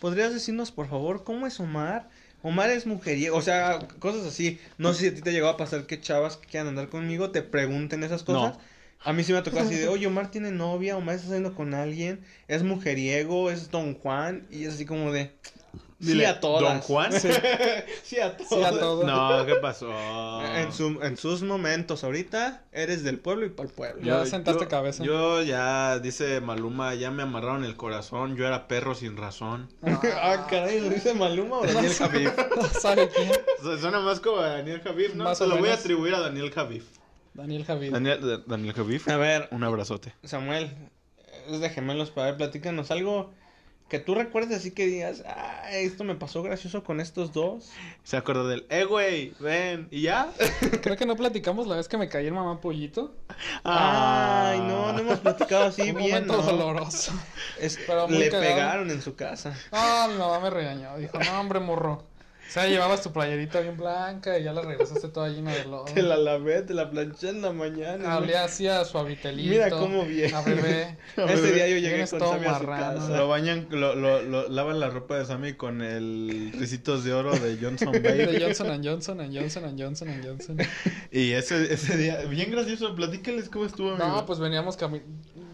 S1: ¿Podrías decirnos, por favor, cómo es Omar? Omar es mujeriego, o sea, cosas así. No sé si a ti te llegó a pasar que chavas que quieran andar conmigo te pregunten esas cosas. A mí sí me tocó así de, oye, Omar tiene novia, Omar está saliendo con alguien, es mujeriego, es Don Juan, y es así como de, sí
S2: Dile,
S1: a todas.
S2: ¿Don Juan?
S1: sí a todas.
S3: Sí a todo.
S2: No, ¿qué pasó?
S1: En, su- en sus momentos, ahorita eres del pueblo y para el pueblo.
S3: Ya sentaste cabeza.
S2: Yo ya, dice Maluma, ya me amarraron el corazón. Yo era perro sin razón.
S1: ah, caray, ¿lo dice Maluma o Daniel Javier?
S3: No sabe quién.
S2: Su- Suena más como a Daniel Javif, ¿no?
S3: Más
S2: Se
S3: o
S2: lo voy a
S3: menos.
S2: atribuir a Daniel Javif.
S3: Daniel Javid.
S2: Daniel, Daniel Javif,
S1: A ver,
S2: un abrazote.
S1: Samuel, es de gemelos, para ver, platícanos algo Que tú recuerdes así que digas, ah, esto me pasó gracioso con estos dos.
S2: Se acordó del, eh, güey, ven, y ya.
S3: Creo que no platicamos la vez que me cayó el mamá pollito.
S1: Ay, no, no hemos platicado así
S3: Ah. Un
S1: bien.
S3: momento
S1: ¿no?
S3: doloroso.
S1: Es-
S3: pero muy
S1: le
S3: cagado.
S1: pegaron en su casa.
S3: No, Ah, mi mamá me regañó. Dijo, no, hombre, morro. O sea, llevabas tu playerita bien blanca y ya la regresaste toda llena de lodo.
S1: Te la lavé, te la planché en la mañana. güey.
S3: Hablé así a suavitelito.
S1: Mira cómo viene.
S3: A bebé.
S1: Ese día yo llegué
S3: Vienes
S1: con
S3: todo
S1: Sammy a su
S3: marrano.
S1: casa.
S2: Lo bañan, lo, lo, lo- lavan la ropa de Sammy con el Ricitos de Oro de Johnson
S3: De
S2: Baby.
S3: Johnson and Johnson and Johnson and Johnson and Johnson.
S2: y ese, ese día, bien gracioso, platícales cómo estuvo, amigo.
S3: No, pues veníamos cami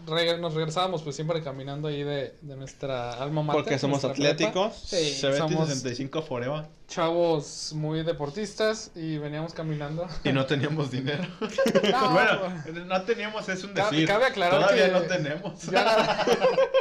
S3: reg- nos regresábamos pues siempre caminando ahí de, de nuestra alma mater.
S1: Porque somos
S3: nuestra prepa.
S1: atléticos,
S3: Sí,
S2: Se ve
S3: pues, este, somos
S2: 65 Foreva
S3: chavos muy deportistas y veníamos caminando.
S2: y no teníamos dinero.
S3: No, pues,
S2: bueno, no teníamos, es un
S3: Ca-
S2: decir.
S3: cabe aclarar
S2: Todavía
S3: que-
S2: no tenemos.
S3: Ya, agarra-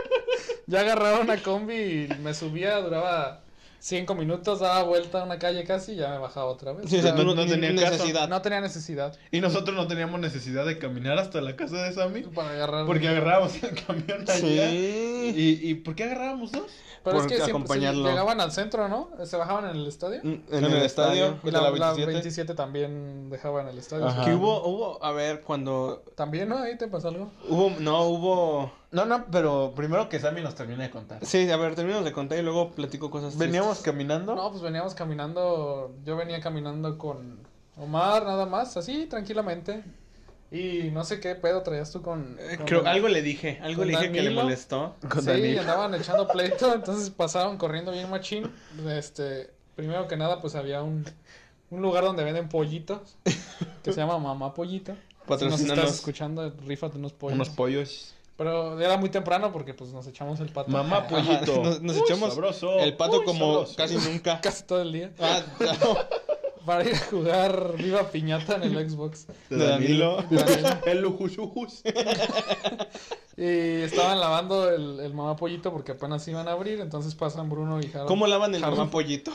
S3: ya agarraba una combi y me subía, duraba cinco minutos, daba vuelta a una calle casi y ya me bajaba otra vez.
S1: Sí, o sea, tú
S2: No-
S1: no,
S2: no
S1: ni-
S2: tenía caso.
S1: necesidad.
S3: No tenía necesidad
S2: Y nosotros no teníamos necesidad de caminar hasta la casa de Sammy
S3: para agarrar.
S2: porque agarrábamos el camión allá.
S1: Sí.
S2: ¿Y, ¿Y por qué agarrábamos dos?
S3: Pero es
S1: por
S3: que siempre
S1: acompañarlo.
S3: se llegaban al centro, ¿no? Se bajaban en el estadio.
S1: En, el, estadio.
S3: Y
S2: de
S3: la,
S2: la
S3: la 27.
S2: 27.
S3: también dejaba en el estadio.
S2: Ajá.
S1: Que hubo, hubo, a ver, cuando
S3: También, ¿no? Ahí te pasó algo.
S1: hubo, no, hubo,
S2: No, no, pero primero que Sammy nos termine de contar.
S1: sí, a ver, terminamos de contar y luego platico cosas
S2: Veníamos caminando.
S3: No, pues veníamos caminando. Yo venía caminando con Omar, nada más, así, tranquilamente. Y no sé qué pedo traías tú con.
S1: tristes. Eh,
S3: con
S1: Creo,
S3: el-
S1: algo le dije, algo
S3: con
S1: le dije que le
S3: Danilo.
S1: molestó.
S2: con
S3: sí,
S2: Dani.
S3: andaban echando pleito, entonces pasaron corriendo bien machín. Este, primero que nada, pues había un, un lugar donde venden pollitos, que se llama Mamá Pollito. Si nos
S1: Patrocínanos.
S3: estás escuchando, rifate unos pollos.
S2: Unos pollos.
S3: Pero era muy temprano porque pues nos echamos el pato.
S2: Mamá
S1: Ajá,
S2: pollito.
S1: nos- nos
S2: Uy,
S1: echamos
S2: sabroso.
S1: El pato
S2: Uy,
S1: como
S2: sabroso.
S1: casi nunca.
S3: casi todo el día
S1: Ah,
S3: para ir a jugar Viva Piñata en el Xbox.
S2: De Danilo.
S3: De Danilo.
S2: El lujujujus.
S3: Y estaban lavando el, el Mamá Pollito porque apenas iban a abrir, entonces pasan Bruno y Harold.
S1: ¿Cómo lavan el
S3: Jamón.
S1: mamá pollito?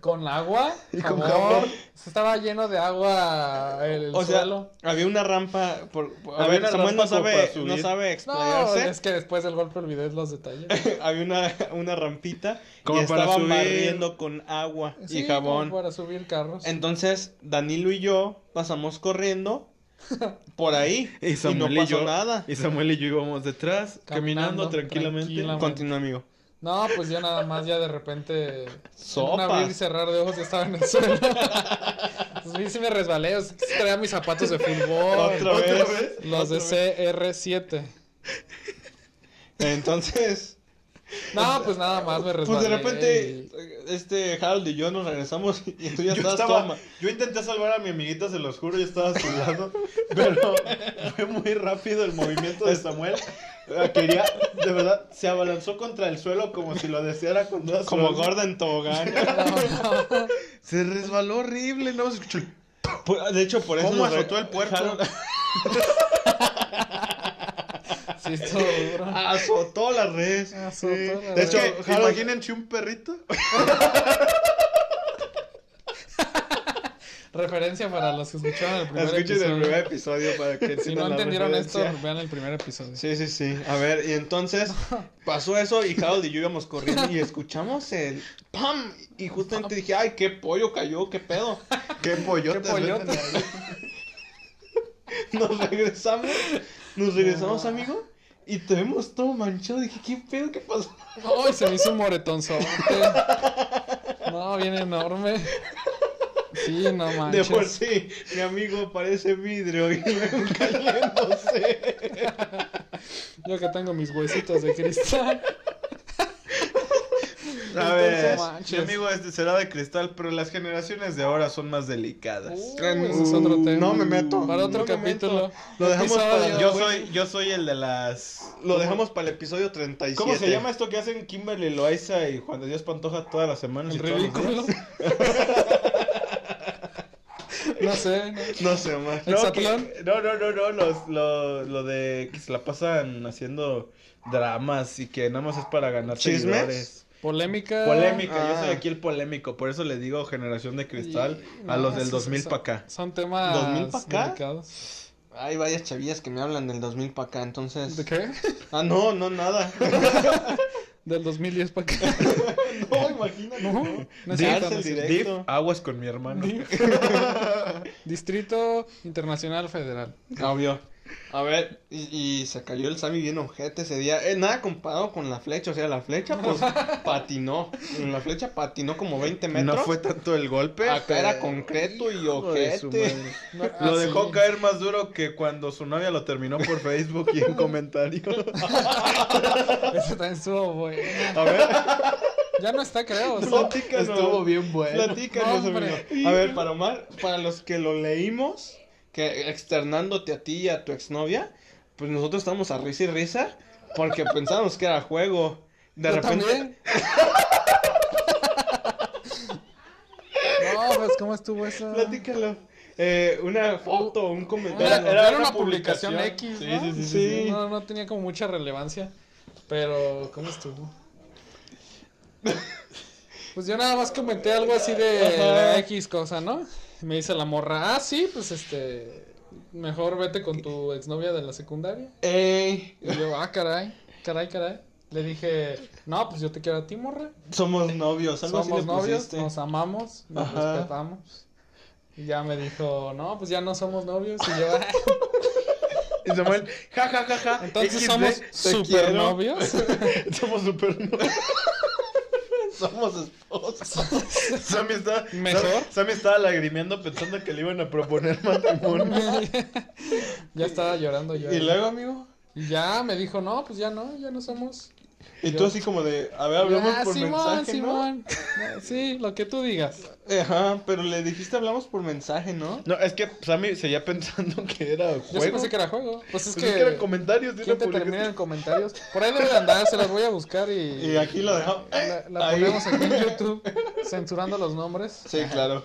S3: Con agua
S2: Y con
S3: jabón.
S2: jabón.
S3: Se Estaba lleno de agua el
S1: O sea,
S3: suelo.
S1: había una rampa, por, a
S2: Había
S1: ver,
S2: una
S1: Samuel
S2: rampa
S1: no
S2: como para
S1: sabe,
S2: subir.
S1: no sabe
S3: No,
S1: explayarse.
S3: es que después del golpe olvidé los detalles.
S1: Había una, una rampita
S2: Como
S1: y
S2: para
S1: estaban
S2: subir.
S1: barriendo con agua
S3: Sí,
S1: y
S3: como
S1: jabón.
S3: Para subir carros.
S1: Entonces, Danilo y yo pasamos corriendo por ahí y, no pasó nada.
S2: Y Samuel y yo íbamos detrás,
S3: Caminando
S2: caminando, tranquilamente.
S3: tranquilamente.
S1: Continúa, amigo.
S3: No, pues ya nada más, ya de repente. en Un
S1: Sopas.
S3: abrir y cerrar de ojos ya estaba en el suelo. pues sí, sí me resbalé. o sea, sí traía mis zapatos de fútbol.
S1: Otra vez.
S3: Los de CR7.
S1: Entonces,
S3: No, pues nada más me resbalé.
S1: pues de repente,
S3: y-
S1: este Harold y yo nos regresamos y tú
S2: yo,
S1: ya estabas
S2: estaba-
S1: toma.
S2: yo intenté salvar a mi amiguita, se los juro, yo estaba a su lado, pero fue muy rápido el movimiento de Samuel. Eh, Quería, de verdad, se abalanzó contra el suelo como si lo deseara con todas sus
S1: Como
S2: almas.
S1: gorda en tobogán.
S2: Se resbaló horrible, no se escuchó.
S1: Por- De hecho, por eso.
S2: ¿Cómo
S1: nos re-
S2: azotó el puerco?
S1: Harold
S3: Sí, estuvo duro.
S2: Azotó la red.
S3: Azotó la
S2: De
S3: res.
S2: hecho,
S1: Es que, Harold-
S2: imagínense un perrito.
S3: Referencia para los que escucharon el primer
S2: Escuchen
S3: episodio.
S2: el primer episodio para que
S3: Si no
S2: entiendan la
S3: entendieron esto,
S2: referencia.
S3: vean el primer episodio.
S1: Sí, sí, sí. A ver, y entonces pasó eso y Harold y yo íbamos corriendo y escuchamos el ¡pam! Y justamente dije, ¡ay, qué pollo cayó! ¡Qué pedo!
S2: Qué pollote.
S3: Qué pollote.
S1: Nos regresamos, nos regresamos,
S3: No.
S1: amigo, y te vemos todo manchado. Dije, ¿qué pedo? ¿Qué pasó?
S3: Ay, se me hizo un moretonzote. No, bien enorme. Sí, no
S1: De
S3: manches.
S1: por sí, mi amigo parece vidrio y luego cayéndose.
S3: Yo que tengo mis huesitos de cristal.
S2: A
S3: Entonces,
S2: ver,
S3: manches.
S2: mi amigo este será de cristal, pero las generaciones de ahora son más delicadas.
S3: Uy, ese es otro tema.
S1: Uh, No me meto.
S3: Para otro
S1: no me
S3: capítulo.
S1: meto. Lo dejamos para-
S3: Episodio.
S2: Yo soy, yo soy el de las.
S1: Lo dejamos para el episodio 37.
S2: ¿Cómo se llama esto que hacen Kimberly Loaiza y Juan de Dios Pantoja todas las semanas?
S3: El
S2: y todos los días?
S3: ridículo. No sé. no.
S1: No sé, más.
S2: No,
S3: Hexatlón.
S2: que- no, no, no, no, los, lo, lo de que se la pasan haciendo dramas y que nada más es para ganar
S1: ¿Chismes?
S2: seguidores.
S3: Polémica.
S2: Polémica, yo
S1: Ah.
S2: soy aquí el polémico, por eso le digo generación de cristal
S3: Y-
S2: a
S3: no,
S2: los del
S3: esos
S2: 2000
S3: son-
S2: para acá.
S3: Son temas
S1: 2000 pa' acá?
S3: delicados.
S1: Hay varias Ah, chavillas que me hablan del 2000 para acá, entonces.
S3: ¿De qué?
S1: Ah, no, no, nada.
S3: Del 2010 para acá.
S1: No, imagínate.
S3: No, no es
S1: Div-
S3: cierto, no es cierto.
S1: Directo.
S4: Div, aguas con mi hermano.
S3: Distrito Internacional Federal.
S1: Obvio. A ver, y, y se cayó el Sammy bien ojete ese día. Eh, nada comparado con la flecha, o sea, la flecha pues patinó. La flecha patinó como 20 metros.
S2: No fue tanto el golpe.
S3: Ah,
S1: Acá era concreto y
S2: Hijo de su
S1: ojete.
S2: madre.
S3: No,
S4: Lo
S3: ah,
S4: dejó
S3: sí.
S4: caer más duro que cuando su novia lo terminó por Facebook y en comentarios.
S3: Eso también estuvo bueno.
S4: A ver,
S3: Ya no está, creo. o sea,
S4: platícanos.
S1: Estuvo bien bueno.
S2: Platícanos,
S3: No, hombre.
S2: amigo.
S1: A ver, para Omar, para los que lo leímos, que externándote a ti y a tu exnovia, pues nosotros estábamos a risa y risa porque pensábamos que era juego. De
S3: yo
S1: repente,
S3: también. No, pues, ¿cómo estuvo eso?
S1: platícalo. Eh, una foto, un comentario.
S3: Era, era una publicación, X.
S1: Sí,
S3: ¿no?
S1: sí, sí, sí, sí.
S3: No, no tenía como mucha relevancia. Pero, ¿cómo estuvo? Pues yo nada más comenté algo así de
S1: Ajá.
S3: X cosa, ¿no? Me dice la morra, ah, sí, pues este. Mejor vete con tu exnovia de la secundaria.
S1: Ey,
S3: Y yo, ah, caray, caray, caray. Le dije, no, pues yo te quiero a ti, morra.
S1: somos novios, Pues algo
S3: Somos
S1: así le
S3: novios,
S1: pusiste.
S3: nos amamos, nos
S1: Ajá.
S3: respetamos. Y ya me dijo, no, pues ya no somos novios. Y yo, "Ah,
S2: Y Samuel, ja, ja, ja, ja.
S3: entonces
S2: XD,
S3: somos
S2: te
S3: super
S2: quiero.
S3: novios.
S2: Somos super novios.
S1: Somos esposos.
S2: Sammy está,
S3: Mejor.
S2: Sammy estaba lagrimeando pensando que le iban a proponer matrimonio.
S3: ya estaba llorando yo.
S1: Y luego, amigo.
S3: Y ya me dijo, no, pues ya no, ya no somos.
S1: Y tú así como de, a ver, hablamos
S3: Ah,
S1: por
S3: Simón,
S1: mensaje, ¿no?
S3: Simón. No, Sí, lo que tú digas.
S1: Ajá, pero le dijiste hablamos por mensaje, ¿no?
S2: No, es que Sammy seguía pensando que era juego.
S3: Yo sí pensé que era juego. Pues es
S2: Pues
S3: que.
S2: es que eran comentarios de
S3: ¿Quién
S2: una
S3: te
S2: publicación.
S3: termina en comentarios? Por ahí debe de andar, se las voy a buscar y.
S1: Y aquí lo dejamos.
S3: La, la
S1: Ahí.
S3: ponemos aquí en YouTube, censurando los nombres.
S1: Sí, claro.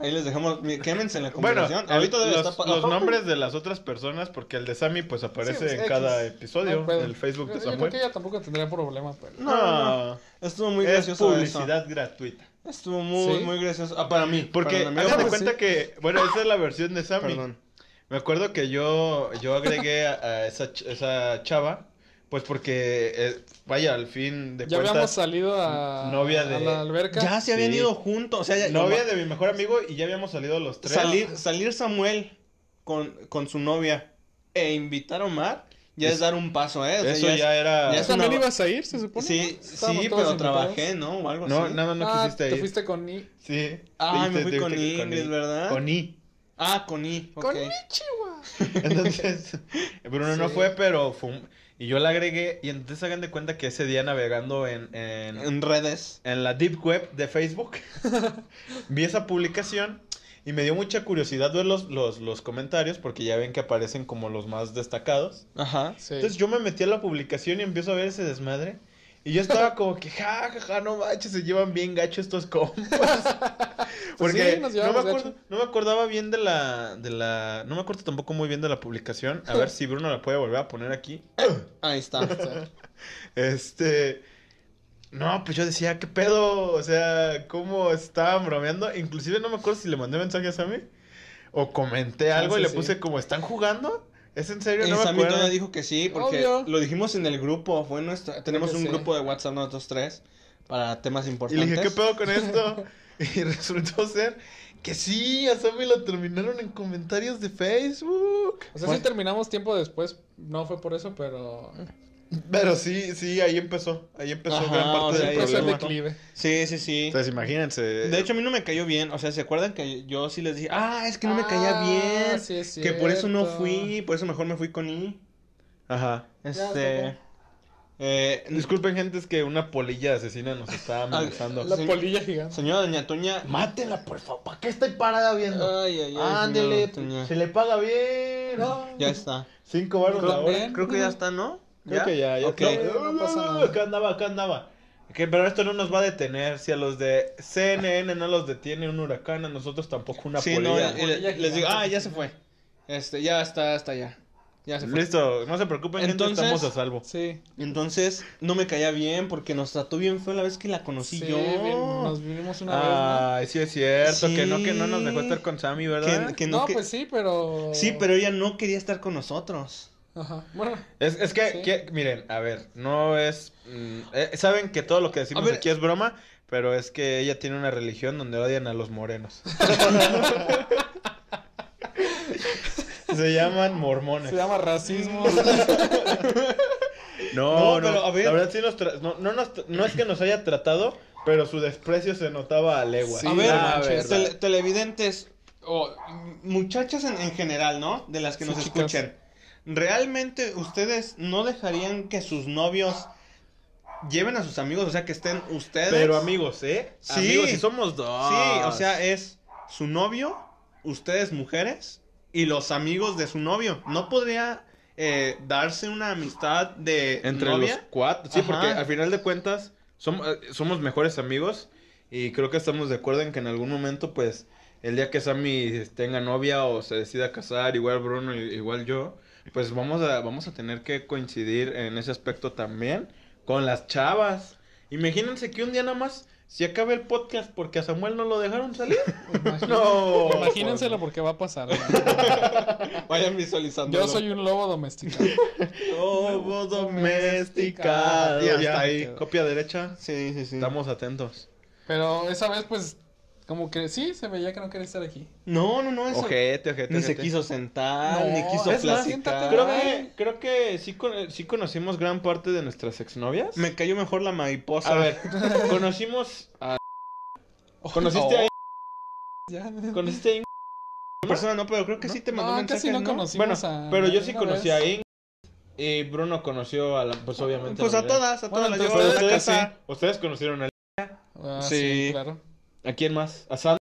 S1: Ahí les dejamos. mi- Quémense en la
S2: Bueno,
S1: conversación. Ahorita debe
S2: los,
S1: estar pa-
S2: los nombres de las otras personas, porque el de Sammy pues aparece
S3: Sí, pues,
S2: en
S3: X.
S2: cada
S3: No
S2: episodio
S3: hay pedo.
S2: en el Facebook
S3: Yo-
S2: de
S3: Yo creo
S2: Samuel.
S3: que ella tampoco tendría problema, pero.
S1: No,
S2: Ah,
S1: Estuvo muy
S2: es
S1: gracioso.
S2: publicidad gratuita.
S1: eso. Estuvo muy,
S3: ¿Sí?
S1: muy gracioso. Ah, para mí.
S2: Porque
S1: para mi amigo,
S2: hagan de
S3: pues,
S2: cuenta
S3: sí.
S2: que, bueno, esa es la versión de Sammy.
S1: Perdón.
S2: Me acuerdo que yo, yo agregué a, a esa, ch- esa chava, pues porque, eh, vaya, al fin de
S3: Ya habíamos
S2: cuentas,
S3: salido a,
S2: novia de-
S3: a la alberca.
S1: Ya se habían
S2: Sí.
S1: ido juntos. O sea, ya-
S2: novia de mi mejor amigo y ya habíamos salido los tres.
S1: salir, salir Samuel con, con su novia e invitar a Omar ya es,
S2: Es-
S1: dar un paso, ¿eh? O sea,
S2: Eso
S1: es-
S2: ya era...
S1: ya
S3: ¿Tú
S1: es una-
S3: también ibas a ir, se supone?
S1: Sí,
S3: ¿no? Estábamos
S1: sí,
S3: todos
S1: pero
S3: invitados.
S1: trabajé, ¿no? O algo
S2: No,
S1: así.
S2: nada, no
S3: ah,
S2: quisiste
S3: te
S2: ir.
S3: fuiste con I.
S2: Sí.
S1: Ah,
S2: te-
S1: me fui
S2: te-
S1: con
S2: te-
S1: Ingrid,
S2: I.
S1: ¿verdad?
S2: Con I.
S1: Ah, con I. ok.
S3: Con Chihuahua.
S2: Entonces, Bruno no
S3: Sí.
S2: fue, pero fue un- Y yo la agregué y entonces hagan de cuenta que ese día navegando en, en,
S1: En redes.
S2: en la deep web de Facebook, vi esa publicación y me dio mucha curiosidad ver los, los, los comentarios porque ya ven que aparecen como los más destacados.
S1: Ajá.
S3: Sí.
S2: Entonces yo me metí a la publicación y empiezo a ver ese desmadre. Y yo estaba como que, ja, ja, ja, no manches, se llevan bien gacho estos compas. Porque
S3: Pues sí, nos
S2: no, me
S3: llevamos
S2: acuerdo,
S3: gacho.
S2: no me acordaba bien de la, de la... No me acuerdo tampoco muy bien de la publicación. A ver si Bruno la puede volver a poner aquí.
S1: Ahí está.
S2: Este... No, pues yo decía, ¿qué pedo? O sea, ¿cómo estaban bromeando? Inclusive no me acuerdo si le mandé mensajes a mí. O comenté
S3: Ah,
S2: algo
S3: sí,
S2: y le
S3: sí.
S2: puse como, ¿están jugando? ¿Es en serio?
S1: Y
S2: No me
S1: Sammy
S2: acuerdo.
S1: todavía dijo que sí, porque
S3: Obvio.
S1: lo dijimos en el grupo, fue nuestro, tenemos
S3: que
S1: un
S3: sí.
S1: grupo de WhatsApp nosotros tres para temas
S2: Y
S1: importantes.
S2: le dije, ¿qué pedo con esto? Y resultó ser que sí, a Sammy lo terminaron en comentarios de Facebook.
S3: O sea, sí terminamos tiempo después. No fue por eso, pero.
S2: Pero sí, sí, ahí empezó. Ahí empezó
S1: Ajá,
S2: gran
S1: o
S2: parte
S1: sea,
S2: del
S1: ahí
S3: Empezó el
S2: problema.
S3: declive.
S1: Sí, sí, sí.
S2: Entonces, imagínense.
S1: De hecho, a mí no me cayó bien, o sea, ¿se acuerdan que yo sí les dije, ah, es que no me caía
S3: Ah,
S1: bien,
S3: sí es
S1: que por eso no
S3: cierto.
S1: fui, por eso mejor me fui con I?
S2: Ajá.
S1: Este...
S3: supe.
S1: eh, Ah,
S2: Disculpen, gente, es que una polilla asesina nos está amenazando.
S3: La
S1: Sí.
S3: polilla gigante.
S1: señora Doña Toña...
S2: Mátela, por favor. ¿Para qué estoy parada viendo?
S1: Ay, ay, ay.
S2: Ándele,
S1: señora Doña
S2: se
S1: Toña.
S2: le paga bien.
S1: Ya está.
S2: Cinco baros la
S3: Creo-
S2: hora.
S3: bien.
S1: pues, Creo que ya está, ¿no?
S2: Creo que ya, ya
S1: Ok.
S2: está.
S3: No pasa nada.
S2: Acá andaba, acá andaba. Que, pero esto no nos va a detener. Si a los de CNN no los detiene un huracán, a nosotros tampoco una
S1: sí,
S2: polilla.
S1: no, y le-
S3: Polilla
S1: les digo,
S3: gigante.
S1: ah, ya se fue. Este, ya está, hasta allá. Ya se fue.
S2: Listo, no se preocupen, gente,
S1: Entonces-
S2: estamos a salvo.
S3: Sí.
S1: Entonces, no me caía bien porque nos trató bien feo la vez que la conocí
S3: sí,
S1: yo.
S3: bien, nos vivimos una
S1: Ah,
S3: vez.
S2: Ay, sí es cierto,
S1: Sí.
S2: que no, que no nos dejó estar con Sammy, ¿verdad?
S1: Que- que
S3: No,
S1: no,
S3: no
S1: que-
S3: pues sí, pero.
S1: Sí, pero ella no quería estar con nosotros.
S3: Ajá. Bueno,
S2: Es, es que,
S3: Sí.
S2: que- miren, a ver, no es... mm, eh, Saben que todo lo que decimos
S1: A ver.
S2: aquí es broma, pero es que ella tiene una religión donde odian a los morenos. Se llaman mormones.
S3: se llama racismo.
S4: No,
S2: No, no,
S4: pero, a ver.
S2: la verdad sí nos... tra- No, no, nos- no es que nos haya tratado, pero su desprecio se notaba a legua.
S3: Sí,
S1: a ver,
S3: no manches.
S1: tele- televidentes o mm, muchachas en, en general, ¿no? De las que
S3: Sí,
S1: nos
S3: chicas.
S1: escuchen. ¿Realmente ustedes no dejarían que sus novios lleven a sus amigos? O sea, que estén ustedes.
S2: Pero amigos, ¿eh?
S1: Sí.
S2: Amigos, y somos dos.
S1: Sí, o sea, es su novio, ustedes mujeres y los amigos de su novio. ¿No podría eh, darse una amistad de
S2: Entre
S1: novia?
S2: los cuatro. Sí,
S1: Ajá.
S2: porque al final de cuentas som- eh, somos mejores amigos y creo que estamos de acuerdo en que en algún momento, pues, el día que Sammy tenga novia o se decida casar, igual Bruno, i- igual yo, pues vamos a, vamos a tener que coincidir en ese aspecto también con las chavas. Imagínense que un día nada más se acabe el podcast porque a Samuel no lo dejaron salir.
S3: Imagínense-
S2: No.
S3: Imagínenselo porque va a pasar.
S1: Vayan visualizando.
S3: Yo soy un lobo domesticado.
S2: Lobo
S3: domesticado.
S2: domesticado.
S3: Ya
S2: Ya, ahí.
S3: quedó.
S2: Copia derecha.
S1: Sí, sí, sí.
S2: Estamos atentos.
S3: Pero esa vez, pues, como que sí, se veía que no quería estar aquí.
S1: No, no, no, eso.
S2: Ojete, ojete.
S1: Ni se
S2: ojete.
S1: quiso sentar,
S3: No,
S1: ni quiso
S2: es más,
S1: platicar.
S3: siéntate,
S2: Creo
S3: Ay.
S2: que, creo que sí, cono- sí conocimos gran parte de nuestras exnovias.
S1: Me cayó mejor la mariposa.
S2: A ver, conocimos a... ¿Conociste a...
S3: Ya.
S2: ¿Conociste a Ing-
S1: La persona no, pero creo que sí te mandó
S3: No,
S1: mensaje,
S3: casi no
S1: ¿no?
S2: Bueno,
S3: conocimos
S1: Ah,
S3: a.
S2: pero yo sí
S3: una
S2: conocí
S3: vez.
S2: a Ing. Y Bruno conoció a la... Pues obviamente...
S1: Pues
S2: la
S1: a
S2: mayoría.
S1: todas, a
S3: Bueno,
S1: todas las
S3: entonces,
S1: llevaba de
S3: pues,
S1: la
S2: Ustedes,
S3: casi.
S1: casa.
S2: ustedes conocieron a...
S3: Ah, sí.
S1: Sí.
S3: claro.
S2: ¿A quién más? A Sandra.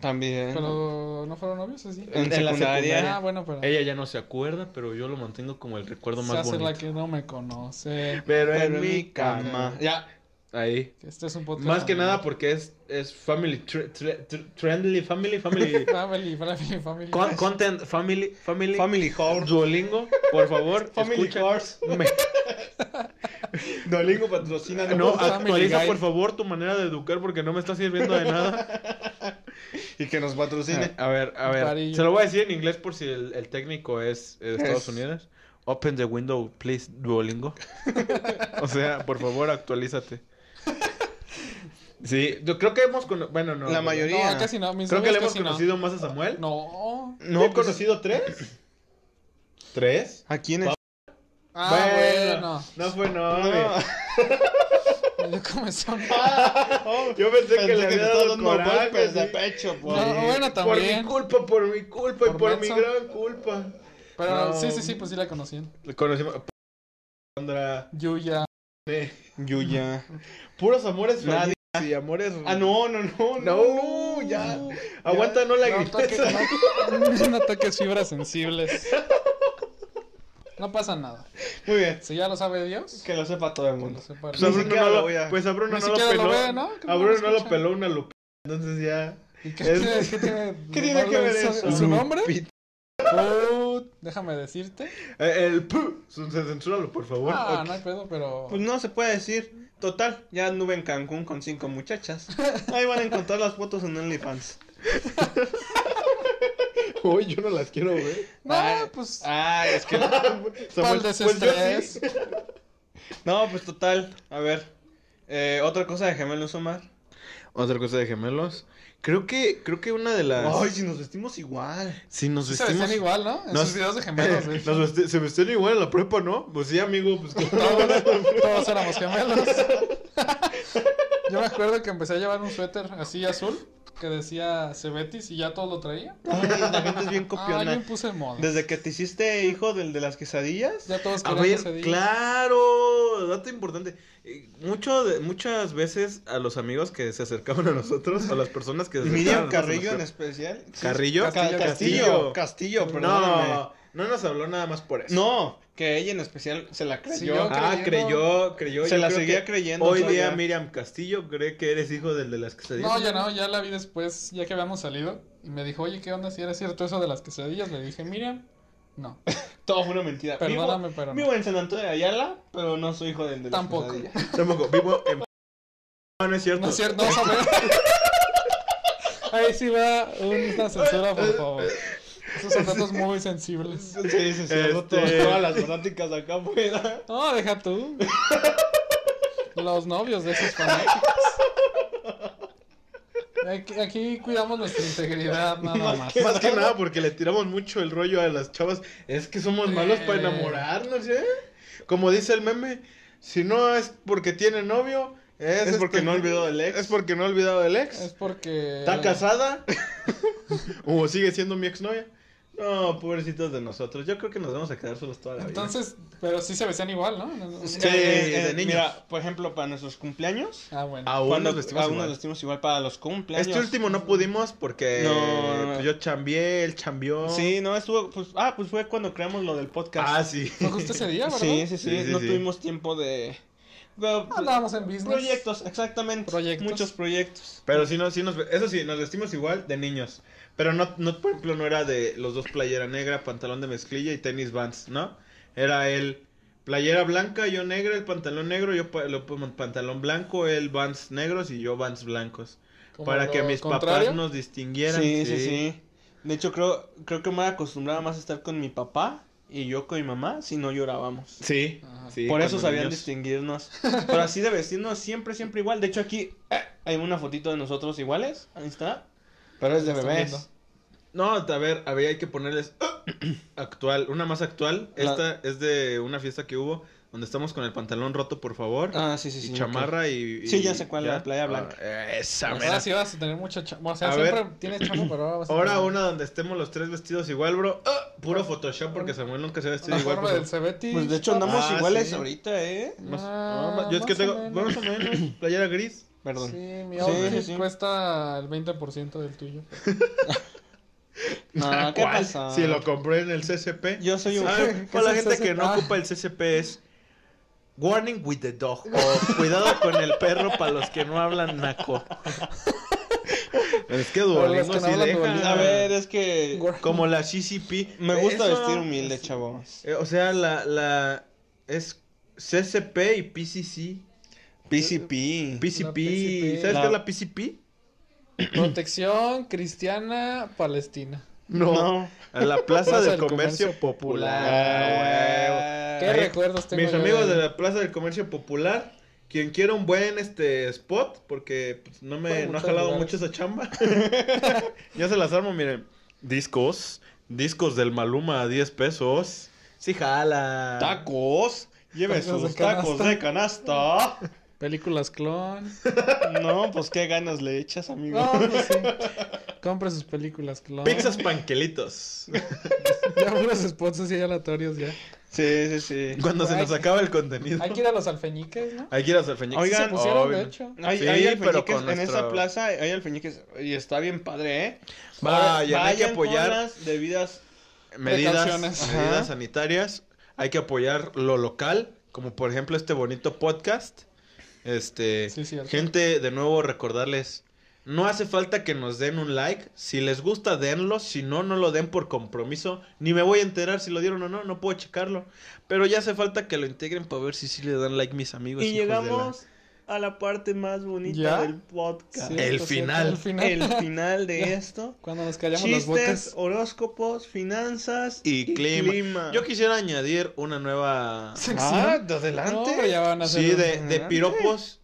S1: También.
S3: Pero no fueron novios, así.
S1: En,
S2: en la
S1: secundaria.
S2: secundaria.
S3: Ah, bueno, pero.
S2: Eh, Ella ya no se acuerda, pero yo lo mantengo como el recuerdo
S3: se
S2: más
S3: hace la
S2: bonito.
S3: que no me conoce.
S2: Pero
S1: Pero en mi cama. Ya.
S2: Ahí.
S3: Que Este es un podcast.
S2: Más que nada porque es, es family, tre- tre- tre- trendly, family, family,
S3: Family, family, family.
S2: con- content, family, family,
S1: Family Horse.
S2: Duolingo, por favor,
S1: Family
S2: escucha.
S1: Horse.
S2: Me-
S1: Dolingo patrocina.
S2: no,
S3: Family
S2: actualiza
S3: Guy.
S2: por favor tu manera de educar porque no me está sirviendo de nada.
S1: Y que nos patrocine.
S2: A ver, a ver,
S3: Parillo.
S2: se lo voy a decir en inglés por si el, el técnico es eh, de Estados
S1: Es-
S2: Unidos. Open the window, please, Duolingo. o sea, por favor, actualízate. Sí, yo creo que hemos cono- bueno, no.
S1: La
S2: no,
S1: mayoría.
S3: No, casi no. Mis
S2: Creo que le
S3: novios
S2: hemos
S3: casi no.
S2: conocido más a Samuel.
S3: No.
S2: ¿No he
S1: pues,
S2: conocido tres? ¿Tres?
S1: ¿A quién es?
S3: Ah, bueno.
S2: No fue
S1: No.
S2: novia.
S3: Yo comenzó.
S2: Yo pensé,
S1: Pensé
S2: que le
S1: te
S2: había
S1: estaba
S2: dado
S1: dando
S2: coraje.
S1: golpes pues, de
S2: pues, sí.
S1: pecho, pues.
S3: No,
S1: por.
S3: bueno,
S2: Por mi
S3: también.
S2: culpa, por mi culpa
S3: Por
S2: y por mi
S3: menso.
S2: gran culpa.
S3: Pero
S2: No.
S3: sí, sí, sí, pues sí la conocían.
S2: Le Conocimos a Sandra.
S3: Yuya.
S2: sí.
S1: Yuya.
S2: Puros amores
S1: Nadie.
S2: felices y amores.
S1: Ah, no, no, no.
S2: No, ya. Aguanta, no la
S3: No
S2: grites.
S3: toques, no, no toques fibras sensibles. No pasa nada.
S1: Muy bien.
S3: Si ya lo sabe Dios,
S1: Que lo sepa todo el
S3: que lo
S1: mundo.
S3: sepa.
S2: Pues a
S1: Ni
S2: Bruno
S1: siquiera
S2: no
S1: lo
S2: lo,
S1: voy a-
S2: pues a Bruno
S3: Ni
S2: no lo
S3: siquiera lo
S2: peló.
S3: ve, ¿no? Que no
S2: A
S3: lo
S2: Bruno no lo
S3: escucha.
S2: peló una lupa. Entonces ya.
S3: ¿Y qué,
S2: Es-
S3: tiene- qué tiene,
S1: ¿Qué tiene que ver
S3: su-
S1: eso?
S3: ¿Su nombre? Put, déjame decirte.
S2: Eh, El pu. Se censúralo, por favor.
S3: Ah,
S2: Ok.
S3: no hay pedo, pero.
S1: Pues no se puede decir. Total, ya anduve en Cancún con cinco muchachas. Ahí van a encontrar las fotos en OnlyFans.
S2: Uy, yo no las quiero ver.
S3: No,
S1: Ay,
S3: pues.
S1: Ay, es que.
S3: para el
S2: Samuel, ah, pues yo sí.
S3: desestrés.
S1: No, pues total. A ver. Eh, Otra cosa de gemelos, Omar.
S2: Otra cosa de gemelos. Creo que, creo que una de las.
S1: Ay, si nos vestimos igual.
S2: si nos
S3: Sí se vestían
S2: vestimos.
S3: igual, ¿no? En
S2: Nos-
S3: sus videos de gemelos. güey.
S2: Nos vesti- se vestían igual en la prepa, ¿no? Pues sí, amigo, pues claro.
S3: Todos, todos éramos gemelos. Yo me acuerdo que empecé a llevar un suéter así azul que decía Cebetis y ya todo lo traía.
S1: Ay, la gente
S3: Ah,
S1: es bien
S3: yo me
S1: copiona.
S3: puse en moda.
S1: Desde que te hiciste hijo del de las quesadillas.
S3: Ya todos
S2: A
S3: querían ese
S2: ver,
S3: día.
S2: claro, dato importante. Eh, Mucho de- muchas veces a los amigos que se acercaban a nosotros, a las personas que se acercaban
S1: Miriam
S2: a
S1: Carrillo en
S2: nosotros,
S1: especial. Sí.
S2: Carrillo,
S1: Ca- Castillo. Castillo,
S2: Castillo.
S1: perdóname.
S2: No, no nos habló nada más por eso.
S1: No, que ella en especial se la creyó.
S3: Sí, yo-
S2: Ah,
S3: creyendo.
S2: creyó, creyó.
S1: Se
S2: yo
S1: la
S2: creo
S1: seguía
S2: que
S1: creyendo
S2: Hoy
S1: todavía.
S2: día Miriam Castillo cree que eres hijo del de las quesadillas.
S3: No, ya no, ya la vi después, ya que habíamos salido. Y me dijo, oye, ¿qué onda? Si era cierto eso de las quesadillas. Le dije, Miriam, no.
S1: Todo fue una mentira.
S3: Perdóname,
S1: vivo,
S3: pero no.
S1: vivo en San Antonio de Ayala, pero no soy hijo del de las
S3: Tampoco.
S1: quesadillas.
S2: Tampoco, vivo en... No, no es cierto.
S3: No es cierto, no vamos a ver. Ahí sí va una censura, por favor. Esos son datos muy sensibles.
S1: Sí, sí, sí. hago
S2: Este-
S1: todo- todas las fanáticas acá afuera.
S3: No, deja tú. Los novios de esos fanáticos. Aquí, aquí cuidamos nuestra integridad nada más.
S2: Más que nada porque le tiramos mucho el rollo a las chavas. Es que somos malos para
S3: Eh.
S2: enamorarnos, ¿eh? Como dice el meme, si no es porque tiene novio, es,
S1: Es porque no ha olvidado
S2: del ex. Es porque no ha olvidado del
S3: Es
S2: ex.
S3: porque...
S2: ¿Está casada? ¿O sigue siendo mi exnovia? No, pobrecitos de nosotros. Yo creo que nos vamos a quedar solos toda la
S3: Entonces, pero sí se vestían igual, ¿no?
S2: Sí, de niños.
S1: eh, Mira, por ejemplo, para nuestros cumpleaños.
S3: Ah,
S2: vida.
S3: bueno.
S2: Aún
S1: cuando-
S2: nos vestimos
S1: aún
S2: igual.
S1: nos vestimos igual para los cumpleaños.
S2: Este último no pudimos porque
S1: No, no, no.
S2: pues, yo chambié, él chambió.
S1: Sí, no, estuvo. Pues, ah, pues fue cuando creamos lo del podcast.
S2: Ah, sí.
S3: Fue justo ese día, ¿verdad?
S1: sí, sí, sí,
S2: Sí, sí,
S1: No
S2: sí.
S1: tuvimos tiempo de. pero, pues,
S3: Andábamos en business.
S1: proyectos, exactamente.
S3: Ah, Proyectos.
S1: Muchos proyectos.
S2: Pero sí, no, sí nos, eso sí, nos vestimos igual de niños. Pero no, no, por ejemplo, no era de los dos playera negra, pantalón de mezclilla y tenis vans, ¿no? Era él playera blanca, yo negra, el pantalón negro, yo pa- lo- pantalón blanco, él vans negros y yo vans blancos.
S3: Como
S2: Para
S3: lo
S2: que mis
S3: contrario.
S2: papás nos distinguieran.
S1: Sí, sí, sí. De hecho, creo, creo que me acostumbraba más a estar con mi papá y yo con mi mamá si no llorábamos.
S2: Sí,
S3: Ajá.
S2: sí,
S1: Por eso
S2: cuando
S1: sabían
S2: niños.
S1: distinguirnos. Pero así de vestirnos siempre, siempre igual. De hecho, aquí eh, hay una fotito de nosotros iguales. Ahí está. Pero es de
S3: Están
S1: bebés.
S3: viendo.
S2: No, a ver, a ver, hay que ponerles actual, una más actual.
S1: La-
S2: Esta es de una fiesta que hubo donde estamos con el pantalón roto, por favor.
S1: Ah, sí, sí, sí.
S2: y
S1: ok.
S2: chamarra y, y-
S1: Sí, ya sé cuál, la playa
S2: Ah,
S1: blanca.
S2: esa mera.
S3: Ahora sí vas a tener mucha chamba. O sea,
S2: A
S3: siempre
S2: ver.
S3: tienes chamba, pero ahora vas a
S2: Ahora
S3: tener-
S2: una donde estemos los tres vestidos igual, bro. Ah, puro Photoshop porque Samuel nunca se ha vestido
S3: Una
S2: igual.
S3: forma
S2: por
S3: del Cebetis.
S1: Pues de hecho andamos
S2: Ah,
S1: iguales
S2: sí.
S1: ahorita, ¿eh?
S2: más-
S3: Ah,
S2: no, más- yo es que
S3: más o
S2: tengo,
S3: menos.
S2: más o menos, playera gris.
S1: Perdón.
S3: Sí, mi
S1: Sí,
S3: outfit
S1: sí, sí.
S3: cuesta el 20% del tuyo.
S1: No, ¿qué
S2: ¿Cuál?
S1: pasa?
S2: Si lo compré en el CCP.
S1: Yo soy un...
S2: Ah,
S3: ¿Qué
S2: para la
S3: es el
S2: gente que
S3: CCP?
S2: no
S1: Ah.
S2: ocupa el CCP es Warning with the dog o cuidado con el perro para los que no hablan naco. es que
S3: los
S2: Duolingo
S3: que no
S2: sí
S3: hablan
S2: deja.
S3: Duolingo.
S1: A ver, es que...
S2: como la CCP.
S1: Me gusta
S2: Eso-
S1: vestir humilde, chavos.
S2: Eh, o sea, la, la es CCP y PCC. PCP.
S1: PCP.
S3: PCP.
S2: ¿Sabes
S1: La-
S2: qué es la PCP?
S3: Protección cristiana palestina.
S1: No.
S2: A la Plaza del Comercio Ah, Popular.
S1: Ah,
S3: ¿Qué
S2: Ahí,
S3: recuerdos tengo
S2: Mis
S3: yo
S2: amigos
S3: de-
S2: de la Plaza del Comercio Popular, quien quiera un buen este spot, porque pues, no
S3: Por
S2: me no ha
S3: muchos
S2: jalado
S3: lugares.
S2: mucho esa chamba. Yo se las armo, miren. Discos, discos del Maluma a 10 pesos. Sí jala.
S1: Tacos. Lleve
S3: Tacos de
S1: sus tacos de canasta.
S3: Películas clon.
S1: No, pues qué ganas le echas, amigo.
S3: No, pues sí. Compra sus películas clon.
S2: Pizzas panquelitos.
S3: Ya puros spots así aleatorios ya.
S1: Sí, sí, sí.
S2: Cuando se nos acaba el contenido.
S3: Hay que ir a los alfeñiques, ¿no?
S2: Hay que ir a Salfeñique.
S1: Oigan,
S3: Se pusieron,
S2: obvio.
S3: de hecho.
S1: Hay,
S2: Sí,
S1: hay
S2: pero
S1: alfeñiques en
S2: con nuestro-
S1: esa plaza, hay alfeñiques y está bien padre, ¿eh?
S2: Vayan, hay que
S1: Vayan con
S2: apoyar
S1: las debidas.
S2: medidas,
S3: Precauciones.
S1: Ajá.
S2: medidas sanitarias. Hay que apoyar lo local, como por ejemplo este bonito podcast. Este,
S3: Sí, cierto.
S2: gente, de nuevo recordarles, no hace falta que nos den un like. Si les gusta, denlo. Si no, no lo den por compromiso. Ni me voy a enterar si lo dieron o no. No puedo checarlo. Pero ya hace falta que lo integren para ver si sí le dan like mis amigos.
S1: Y
S2: hijos de la-
S1: llegamos a la parte más bonita
S3: ¿Ya?
S1: del podcast.
S3: Sí,
S2: El
S3: esto es cierto,
S2: final.
S3: El final.
S1: El final de esto.
S3: Cuando nos callamos las
S1: Chistes,
S3: bocas.
S1: horóscopos, finanzas
S2: Y clima. Yo quisiera añadir una nueva...
S1: Ah, de adelante.
S3: No, pero ya van a hacer
S2: Sí,
S3: un-
S2: de, de
S1: Ajá.
S2: piropos.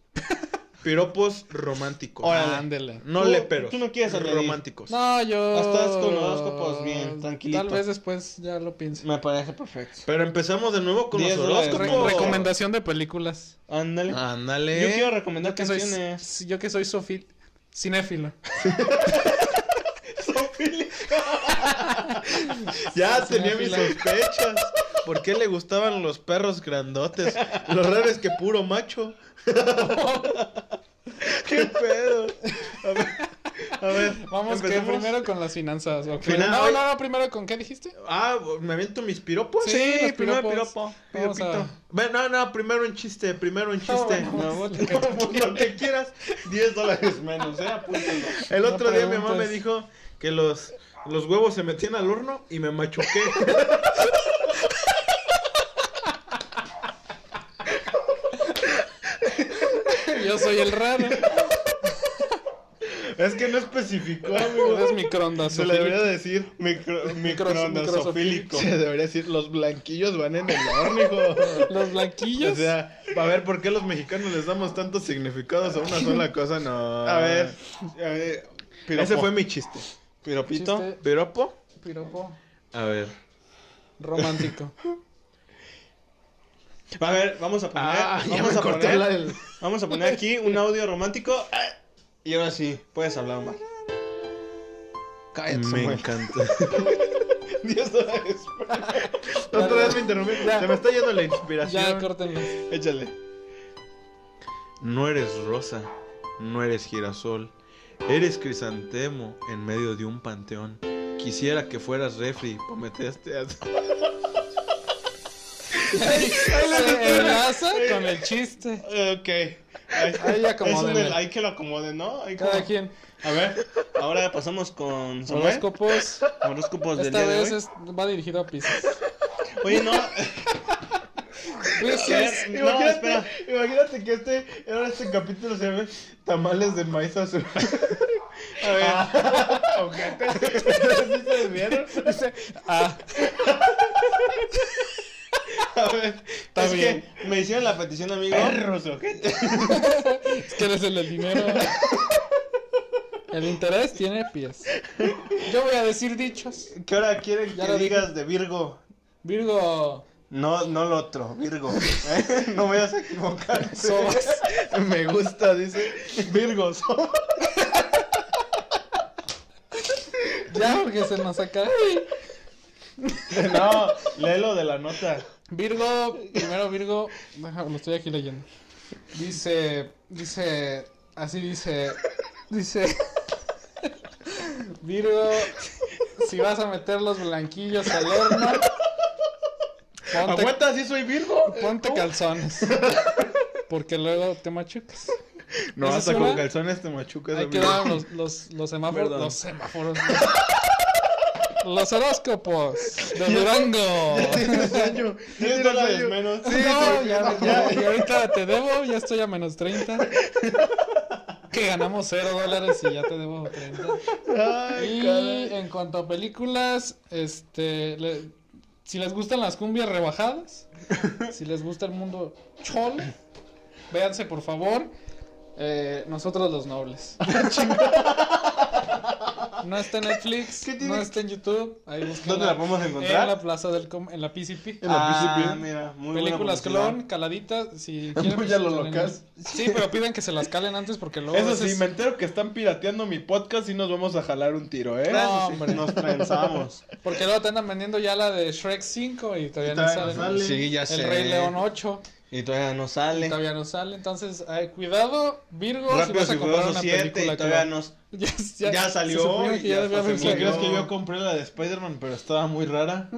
S2: Piropos románticos. Ah,
S1: Órale.
S3: Ándele.
S2: No pues,
S1: Tú-
S2: le pero.
S1: tú no quieres añadir.
S2: Románticos.
S3: No, yo.
S1: Estás con los
S2: pues,
S1: horóscopos bien, tranquilito.
S3: Tal vez después ya lo piense.
S1: Me parece perfecto.
S2: Pero empezamos de nuevo con los
S1: Diez dólares,
S3: Re-
S1: ¿Cómo?
S2: horóscopos.
S3: recomendación de películas.
S1: Ándale.
S2: Ándale.
S1: Yo quiero recomendar
S3: Yo que soy,
S1: canciones.
S3: si- yo que soy sofí- cinéfilo.
S2: Ya
S3: Sí,
S2: tenía
S3: sí,
S2: mis
S3: la-
S2: sospechas. ¿Por qué le gustaban los perros grandotes? Lo raro es que puro macho. ¿Qué pedo? A ver. A ver
S3: Vamos que
S2: empecemos.
S3: primero con las finanzas. ok.
S2: Final-
S3: no, no, no, primero con qué dijiste.
S2: Ah, ¿me aviento mis piropos?
S3: Sí, los
S2: primero
S3: piropos.
S2: piropo.
S3: Vamos
S2: Piropito.
S3: a-
S2: Ve, No, no, primero un chiste, primero un chiste.
S3: bueno,
S1: No,
S3: vamos.
S2: Lo que quieras, 10 dólares.
S1: menos, eh, apúntenlo.
S2: El
S3: No
S2: otro día mi mamá me
S3: preguntes.
S2: dijo que los, los huevos se metían al horno y me machuqué.
S3: Yo soy el raro.
S2: Es que no especificó, amigo.
S3: Es microondas.
S2: Se le debería decir.
S1: Micro,
S3: Micros-
S1: micronosofílico.
S2: Se debería decir, los blanquillos van en el horno, hijo.
S3: Los
S2: O
S3: blanquillos.
S2: sea, a ver, ¿por qué los mexicanos les damos tantos significados a una sola cosa? No.
S5: A ver, a
S1: eh,
S5: ver, piropo.
S2: Ese fue mi chiste.
S5: piropito,
S3: Chiste.
S5: piropo.
S3: Piropo
S2: A ver.
S3: romántico.
S1: A ver, vamos a poner.
S2: Ah, ya
S1: vamos,
S2: me
S1: a
S2: cortó
S1: poner
S2: la del-
S1: vamos a poner aquí un audio romántico. Ah, Y ahora sí, puedes hablar más. Cállate,
S2: Me
S1: Samuel.
S2: encanta.
S1: Dios sabe,
S2: Otra vez me interrumpí.
S3: Ya.
S2: Se me está yendo la
S3: Ya,
S2: inspiración.
S3: córtenlo.
S1: Échale.
S2: No eres rosa, no eres girasol, eres crisantemo en medio de un panteón. Quisiera que fueras refri, este prometeste a...
S3: Se Eh, enlaza con el chiste.
S1: Ok.
S3: Ahí
S1: Eso
S3: acomódenle.
S1: del- hay que lo acomode, ¿no? Hay
S3: Cada
S1: como-
S3: quien.
S1: A ver, ahora pasamos con Samuel.
S3: Horóscopos.
S1: Horóscopos del
S3: Esta
S1: día de
S3: vez
S1: hoy.
S3: es- va dirigido a Pisces.
S1: Oye, no.
S3: Pisces.
S1: no, espera.
S5: imagínate que este, ahora este capítulo se ve tamales de maíz azul.
S1: A ver.
S3: Ah,
S1: A ver,
S3: Está
S1: es
S3: bien.
S1: que me hicieron la petición, amigo.
S5: Perros, ojete.
S3: es que eres el del dinero. El interés tiene pies. Yo voy a decir dichos.
S1: ¿Qué hora quieren
S3: Ya
S1: que
S3: lo
S1: digas de Virgo?
S3: Virgo.
S1: No, no lo otro, Virgo. no me vas a equivocar.
S3: Sobas.
S2: Me gusta, dice.
S1: Virgo, so-
S3: Ya, porque se nos acaba.
S1: No, léelo de la nota.
S3: Virgo, primero Virgo, déjame, lo estoy aquí leyendo. Dice, dice, así dice, dice, Virgo, si vas a meter los blanquillos al horno, ponte,
S5: Aguanta, sí soy Virgo.
S3: ponte calzones, porque luego te machucas.
S2: No,
S3: ¿Esa
S2: hasta
S3: es
S2: con
S3: una?
S2: calzones te machucas,
S3: Ahí
S2: amigo.
S3: quedaron los, los, los semáforos,
S2: Perdón.
S3: los semáforos. los- Los horóscopos de Durango.
S1: Tienes dólares menos.
S3: no, ya, ya, y ahorita te debo, ya estoy a menos 30. Que ganamos 0 dólares y ya te debo 30. y en cuanto a películas, este, le- si les gustan las cumbias rebajadas, si les gusta el mundo chol, véanse por favor. eh, nosotros los nobles. no está en Netflix, no está en YouTube. Ahí búsquenla.
S1: ¿Dónde la podemos
S3: En la
S1: encontrar?
S3: plaza del com- en la PCP.
S1: Ah, mira, muy buena
S3: Películas
S1: publicidad.
S3: clon, caladitas, si quieren.
S2: Muy a
S3: pues,
S2: lo
S3: salen
S2: locas.
S3: en- Sí, pero piden que se las calen antes porque luego. a
S2: Eso
S3: veces-
S2: sí, me entero que están pirateando mi podcast y nos vamos a jalar un tiro, ¿eh?
S3: No, hombre.
S1: Nos pensamos.
S3: Porque luego te andan vendiendo ya la de Shrek 5 y todavía,
S2: todavía
S3: no
S2: no
S3: sale.
S2: sale.
S1: Sí, ya
S3: El Rey León 8
S1: Y todavía no
S3: y
S1: sale.
S3: todavía no sale. Entonces, ay, cuidado, Virgo,
S1: Rápido
S3: si vas a
S1: si
S3: comprar una
S1: 7
S3: película
S1: y todavía
S3: clon.
S1: no.
S3: Ya,
S1: ya salió
S3: se supone
S1: y
S3: que ya
S1: ya
S3: debía
S1: hasta
S3: haber
S1: se
S2: ¿Qué crees
S3: salido.
S2: que yo compré la de Spider-Man, pero estaba muy rara?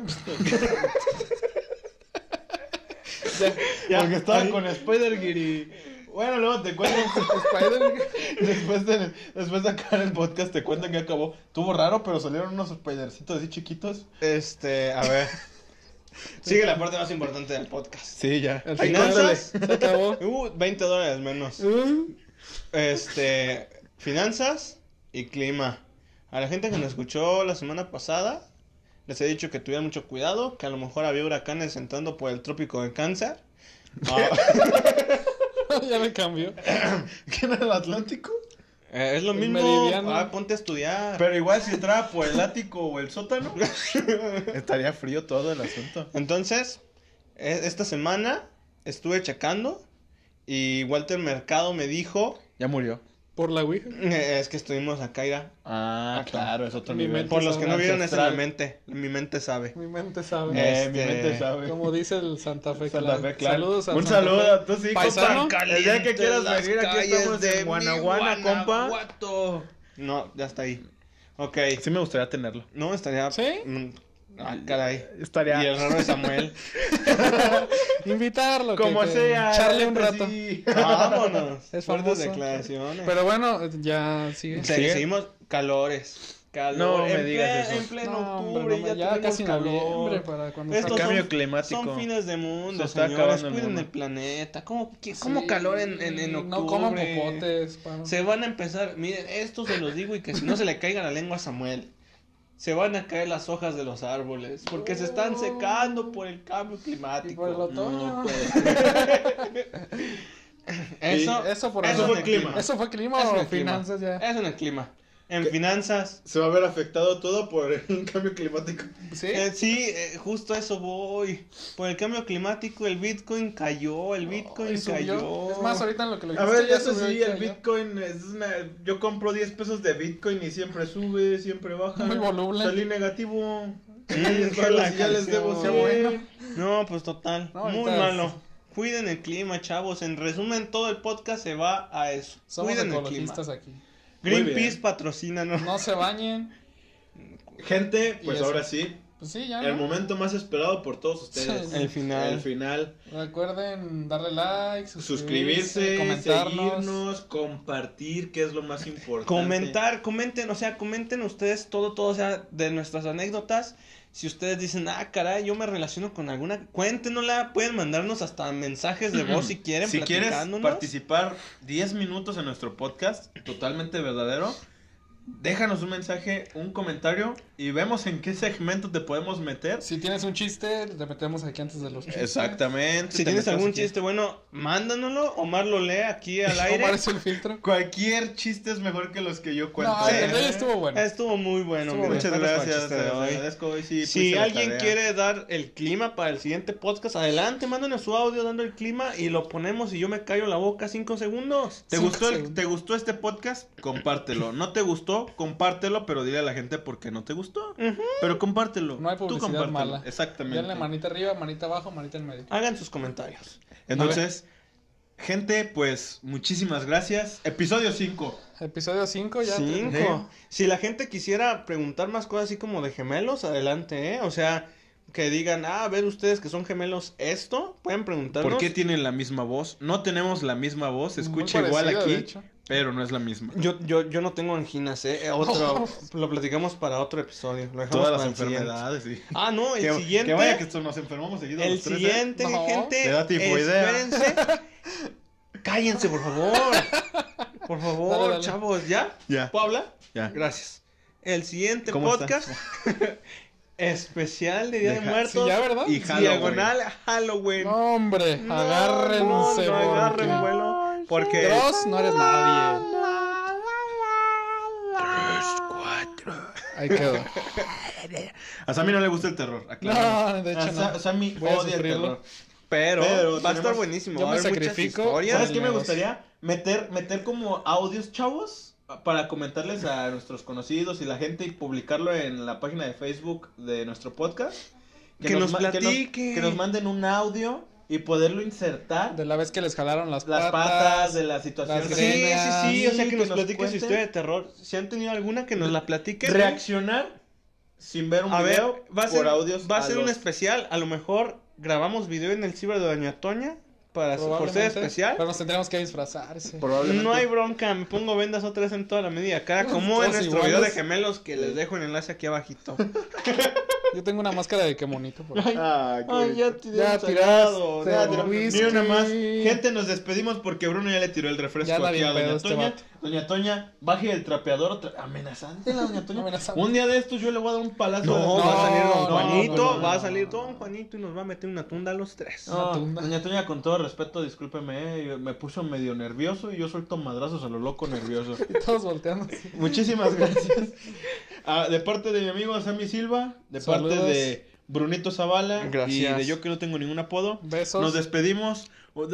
S3: Ya,
S2: Porque estaba
S1: ahí.
S2: con Spider-Gear y... Bueno, luego te cuento.
S3: Spider-
S2: Después de, después de acabar el podcast te cuentan que acabó. Tuvo raro, pero salieron unos spidercitos así chiquitos.
S1: Este, a ver. Sigue la parte más importante del podcast.
S2: Sí, ya.
S3: El
S1: Ahí
S3: final
S1: cuéntale.
S3: se acabó. Mm.
S1: Uh, 20 dólares menos. Este, finanzas y clima. A la gente que nos escuchó la semana pasada, les he dicho que tuvieran mucho cuidado, que a lo mejor había huracanes entrando por el trópico de cáncer. Ah,
S3: ya le cambió.
S2: ¿Quién era el Atlántico?
S1: eh, es lo
S3: El
S1: mismo.
S3: meridiano.
S1: Ah, ponte a estudiar.
S2: Pero igual si entraba por el ático o el sótano, estaría frío todo el asunto.
S1: Entonces, e- esta semana estuve checando y Walter Mercado me dijo,
S2: Ya murió.
S3: Por la Ouija.
S1: eh, es que estuvimos acá, Ira.
S2: Ah, claro, es otro
S3: Mi
S2: nivel.
S3: mente
S1: Por los que no
S3: sabe.
S1: vieron es en la
S2: Ancestral.
S1: mente, mi mente sabe.
S3: Mi mente sabe.
S2: Eh, mi
S1: Este,
S2: mente sabe.
S3: Como dice el Santa Fe
S2: Santa
S3: Clan.
S2: Fe Clan.
S3: Saludos al
S2: Un
S3: Santa
S2: saludo
S3: Fe.
S2: a tu sí,
S3: Paisano.
S2: compa. El día que quieras venir, aquí estamos en Guanajuana, compa.
S1: No, ya está ahí. Ok.
S2: Sí me gustaría tenerlo.
S1: No, estaría.
S3: ¿Sí?
S1: Mm, Ah, caray.
S2: Estaría
S1: Y el raro de Samuel.
S3: Invitarlo. que-
S2: como
S3: que
S2: sea.
S3: Echarle
S2: vete,
S3: un rato.
S2: sí.
S1: Vámonos.
S3: Es
S1: Fuertes
S3: famoso.
S1: declaraciones.
S3: Pero bueno, ya sigue.
S1: Se-
S2: sigue.
S1: Seguimos calores. calor.
S4: No me
S1: en
S4: digas
S1: plen-
S4: eso.
S1: En pleno
S3: No, hombre,
S1: octubre,
S3: no,
S1: ya,
S3: ya
S1: tenemos
S3: casi
S1: calor.
S3: noviembre pues. para cuando
S1: Estos
S4: El
S3: salga.
S4: cambio
S1: son-
S4: climático.
S1: Son fines de mundo,
S4: Se está
S1: señores,
S4: acabando el
S1: cuiden
S4: mundo.
S1: el planeta. ¿Cómo, qué-
S3: Sí,
S1: cómo calor en, en, en octubre?
S3: No coman popotes. pa.
S1: Se van a empezar, miren, esto se los digo y que si no se le caiga la lengua a Samuel. Se van a caer las hojas de los árboles porque se están secando por el cambio
S3: Oh. Y por el
S1: climático.
S3: otoño.
S1: Eso,
S3: Eso por
S1: eso
S3: ahora.
S1: fue clima.
S3: Eso fue clima
S1: Eso
S3: o
S1: fue clima. Eh,
S3: finanzas ya.
S1: Eso en el clima. En finanzas.
S2: Se va a ver afectado todo por el cambio climático.
S3: Sí.
S1: eh, sí, eh, justo a eso voy. Por el cambio climático, el Bitcoin cayó, el Bitcoin
S3: Y subió.
S1: cayó.
S3: Pues Es más, ahorita en lo que lo
S2: A
S3: dijiste.
S2: ver, ya
S3: se
S2: eso sí, el Bitcoin es una- Yo compro 10 pesos de Bitcoin y siempre sube, siempre baja.
S3: Muy voluble.
S2: Salí negativo.
S1: Mm,
S2: Y
S1: qué la
S2: ya les debo
S1: canción.
S3: Qué bueno.
S1: No, pues total.
S3: No,
S1: muy
S3: ahorita es-
S1: malo. Cuiden el clima, chavos. En resumen, todo el podcast se va a eso.
S3: Somos
S1: Cuiden el clima.
S3: ecologistas aquí.
S2: Muy
S1: Greenpeace
S2: bien.
S1: patrocina, ¿no?
S3: No se bañen.
S2: Gente, pues
S3: Y eso.
S2: ahora sí,
S3: Pues sí, ya.
S2: el
S3: ¿no?
S2: momento más esperado por todos ustedes.
S3: Sí. El
S1: final.
S2: El final.
S3: Recuerden darle like, suscribirse,
S2: Suscribirse,
S3: comentarnos.
S2: seguirnos, compartir, que es lo más importante.
S1: Comentar, comenten, o sea, comenten ustedes todo, todo, o sea, de nuestras anécdotas. Si ustedes dicen, ah, caray, yo me relaciono con alguna, cuéntenosla, pueden mandarnos hasta mensajes de voz si quieren,
S2: Mm. si quieres
S1: platicándonos.
S2: participar 10 minutos en nuestro podcast, totalmente verdadero, déjanos un mensaje, un comentario y vemos en qué segmento te podemos meter.
S3: Si tienes un chiste, le metemos aquí antes de los chistes.
S2: Exactamente.
S1: Si
S2: te
S1: tienes
S2: metemos
S1: algún
S2: aquí.
S1: chiste bueno, mándanoslo, Omar lo lee aquí al aire.
S3: ¿Cómo parece el filtro?
S2: Cualquier chiste es mejor que los que yo cuento.
S3: No, el de
S2: ¿eh?
S3: hoy estuvo bueno.
S1: Estuvo muy bueno.
S3: Estuvo
S1: mi
S3: bueno.
S2: Muchas
S1: respeto para el
S2: gracias.
S1: chiste
S2: te
S1: de hoy.
S2: agradezco, hoy sí
S1: Si
S2: puse la
S1: alguien
S2: tarea.
S1: quiere dar el clima para el siguiente podcast, adelante, mándanos su audio dando el clima y lo ponemos y yo me callo la boca cinco segundos.
S2: ¿Te
S3: Cinco
S2: gustó, el-
S3: segundos.
S2: ¿Te gustó este podcast? Compártelo. ¿No te gustó? Compártelo, pero dile a la gente por qué no te gustó.
S1: Ujú.
S2: Pero compártelo.
S3: No hay
S2: Tú
S3: publicidad
S2: compártelo.
S3: mala.
S2: Exactamente.
S3: Denle manita arriba, manita abajo, manita en medio.
S1: Hagan sus comentarios.
S2: Entonces, gente, pues muchísimas gracias. Episodio 5.
S3: Episodio 5 Pues ya.
S1: Cinco.
S2: terminé.
S1: Si la gente quisiera preguntar más cosas así como de gemelos, adelante, ¿eh? O sea, que digan, ah, a ver ustedes que son gemelos esto, pueden preguntarnos.
S2: ¿Por qué tienen la misma voz? No tenemos la misma voz. Se
S3: Muy
S2: escucha igual
S3: parecido, de
S2: aquí,
S3: hecho.
S2: pero no es la misma.
S1: yo, yo, yo no tengo anginas, ¿eh? Eh, Otro, lo platicamos para otro episodio. Lo dejamos
S2: Todas las
S1: para el siguiente.
S2: enfermedades. sí.
S1: Ah, no, el
S2: Que,
S1: siguiente.
S2: que vaya que esto- nos enfermamos seguido.
S1: El
S2: los tres, ¿eh?
S1: siguiente,
S3: No.
S1: gente.
S2: Te da tifoidea.
S1: espérense. Cállense, por favor. Por favor,
S3: Dale, dale.
S1: chavos. ¿Ya?
S2: Ya,
S1: ¿Puedo hablar?
S2: ya.
S1: Gracias. El siguiente
S2: ¿Cómo
S1: podcast especial de Día de
S2: Deja-
S3: Sí,
S1: Muertos.
S3: ya, ¿verdad?
S2: Y Halloween.
S1: Diagonal Halloween.
S3: No, hombre,
S1: No, no,
S3: agárrense,
S1: no
S3: porque-
S1: agarren vuelo. Porque.
S3: Dross, no eres nadie. Ahí quedó.
S2: A Sammy no le gusta el terror. aclaremos.
S3: No, de
S2: a
S3: hecho
S2: Sa-
S3: no.
S2: Sammy
S3: Voy a
S2: odia el
S3: sufrirlo.
S2: terror.
S1: Pero,
S2: Pero
S1: va a estar
S2: tenemos-
S1: buenísimo.
S3: yo
S1: va a
S3: me
S1: haber muchas
S3: sacrifico
S1: historias.
S2: ¿Sabes qué me
S3: Menos.
S2: gustaría? Meter, meter como audios chavos para comentarles a nuestros conocidos y la gente y publicarlo en la página de Facebook de nuestro podcast.
S1: Que nos
S2: ma- que
S1: platiquen.
S2: Que nos manden un audio y poderlo insertar.
S3: De la vez que les jalaron las,
S2: las patas, de la situación.
S3: las
S1: Sí,
S2: Sí,
S1: sí,
S3: greñas.
S1: sí, o sea que,
S2: que
S1: nos
S2: nos
S1: platiquen su
S2: cuenten.
S1: historia de terror. Si han tenido alguna que nos la platiquen.
S2: reaccionar sin ver un
S1: A ver,
S2: video
S1: va a ser,
S2: por audios.
S1: va a
S2: a
S1: ser un
S2: los-
S1: especial. A lo mejor grabamos video en el ciber de Doña Toña para su- por ser
S3: Probablemente,
S1: especial.
S3: Pero nos tendremos que disfrazarse.
S2: Probablemente.
S1: No hay bronca, me pongo vendas otra vez en toda la medida. Cara, como
S3: Todos
S1: en nuestro
S3: iguales.
S1: video de gemelos que les dejo el enlace aquí abajito.
S3: Yo tengo una máscara de que monito. por-
S2: Ah, qué bonito.
S3: Ya tirado,
S2: Ya, te lo-
S3: whisky.
S2: Ni una más. Gente, nos despedimos porque Bruno ya le tiró el refresco
S3: Ya anda
S2: aquí
S3: bien
S2: a
S3: pedo
S2: Doña
S3: este
S2: Toña.
S3: vato.
S2: Doña Toña, baje el trapeador. tra- Amenazante la Doña Toña.
S3: Amenazante.
S2: Un día de estos yo le voy a dar un palazo.
S1: No,
S2: de-
S1: va a salir Don
S3: no,
S1: Juanito,
S3: no, no,
S1: va a
S3: no,
S1: salir Don Juanito y nos va a meter una tunda a los tres.
S2: No,
S3: Una tunda.
S2: Doña Toña, con todo respeto, discúlpeme, eh, yo- me puso medio nervioso y yo suelto madrazos a lo loco nervioso.
S3: Todos volteando.
S2: Muchísimas gracias. Ah, de parte de mi amigo Sammy Silva, de parte
S3: Saludos.
S2: de Brunito Zavala
S1: Gracias.
S2: y de yo que no tengo ningún apodo.
S3: Besos.
S2: Nos despedimos.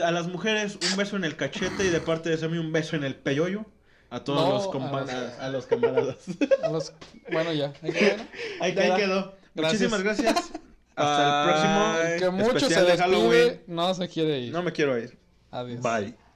S2: A las mujeres, un beso en el cachete y de parte de Sammy, un beso en el peyoyo. A todos
S3: No,
S2: los
S3: a
S2: compa-
S3: los-
S2: a los camaradas.
S3: A los- Bueno, ya. Ahí quedó, ¿no?
S2: Ahí
S1: queda.
S2: quedó.
S3: Gracias.
S2: Muchísimas gracias. Hasta el próximo.
S3: Que mucho se
S2: especial de
S3: despide,
S2: Halloween.
S3: no se quiere ir.
S2: No me quiero ir.
S3: Adiós.
S2: Bye.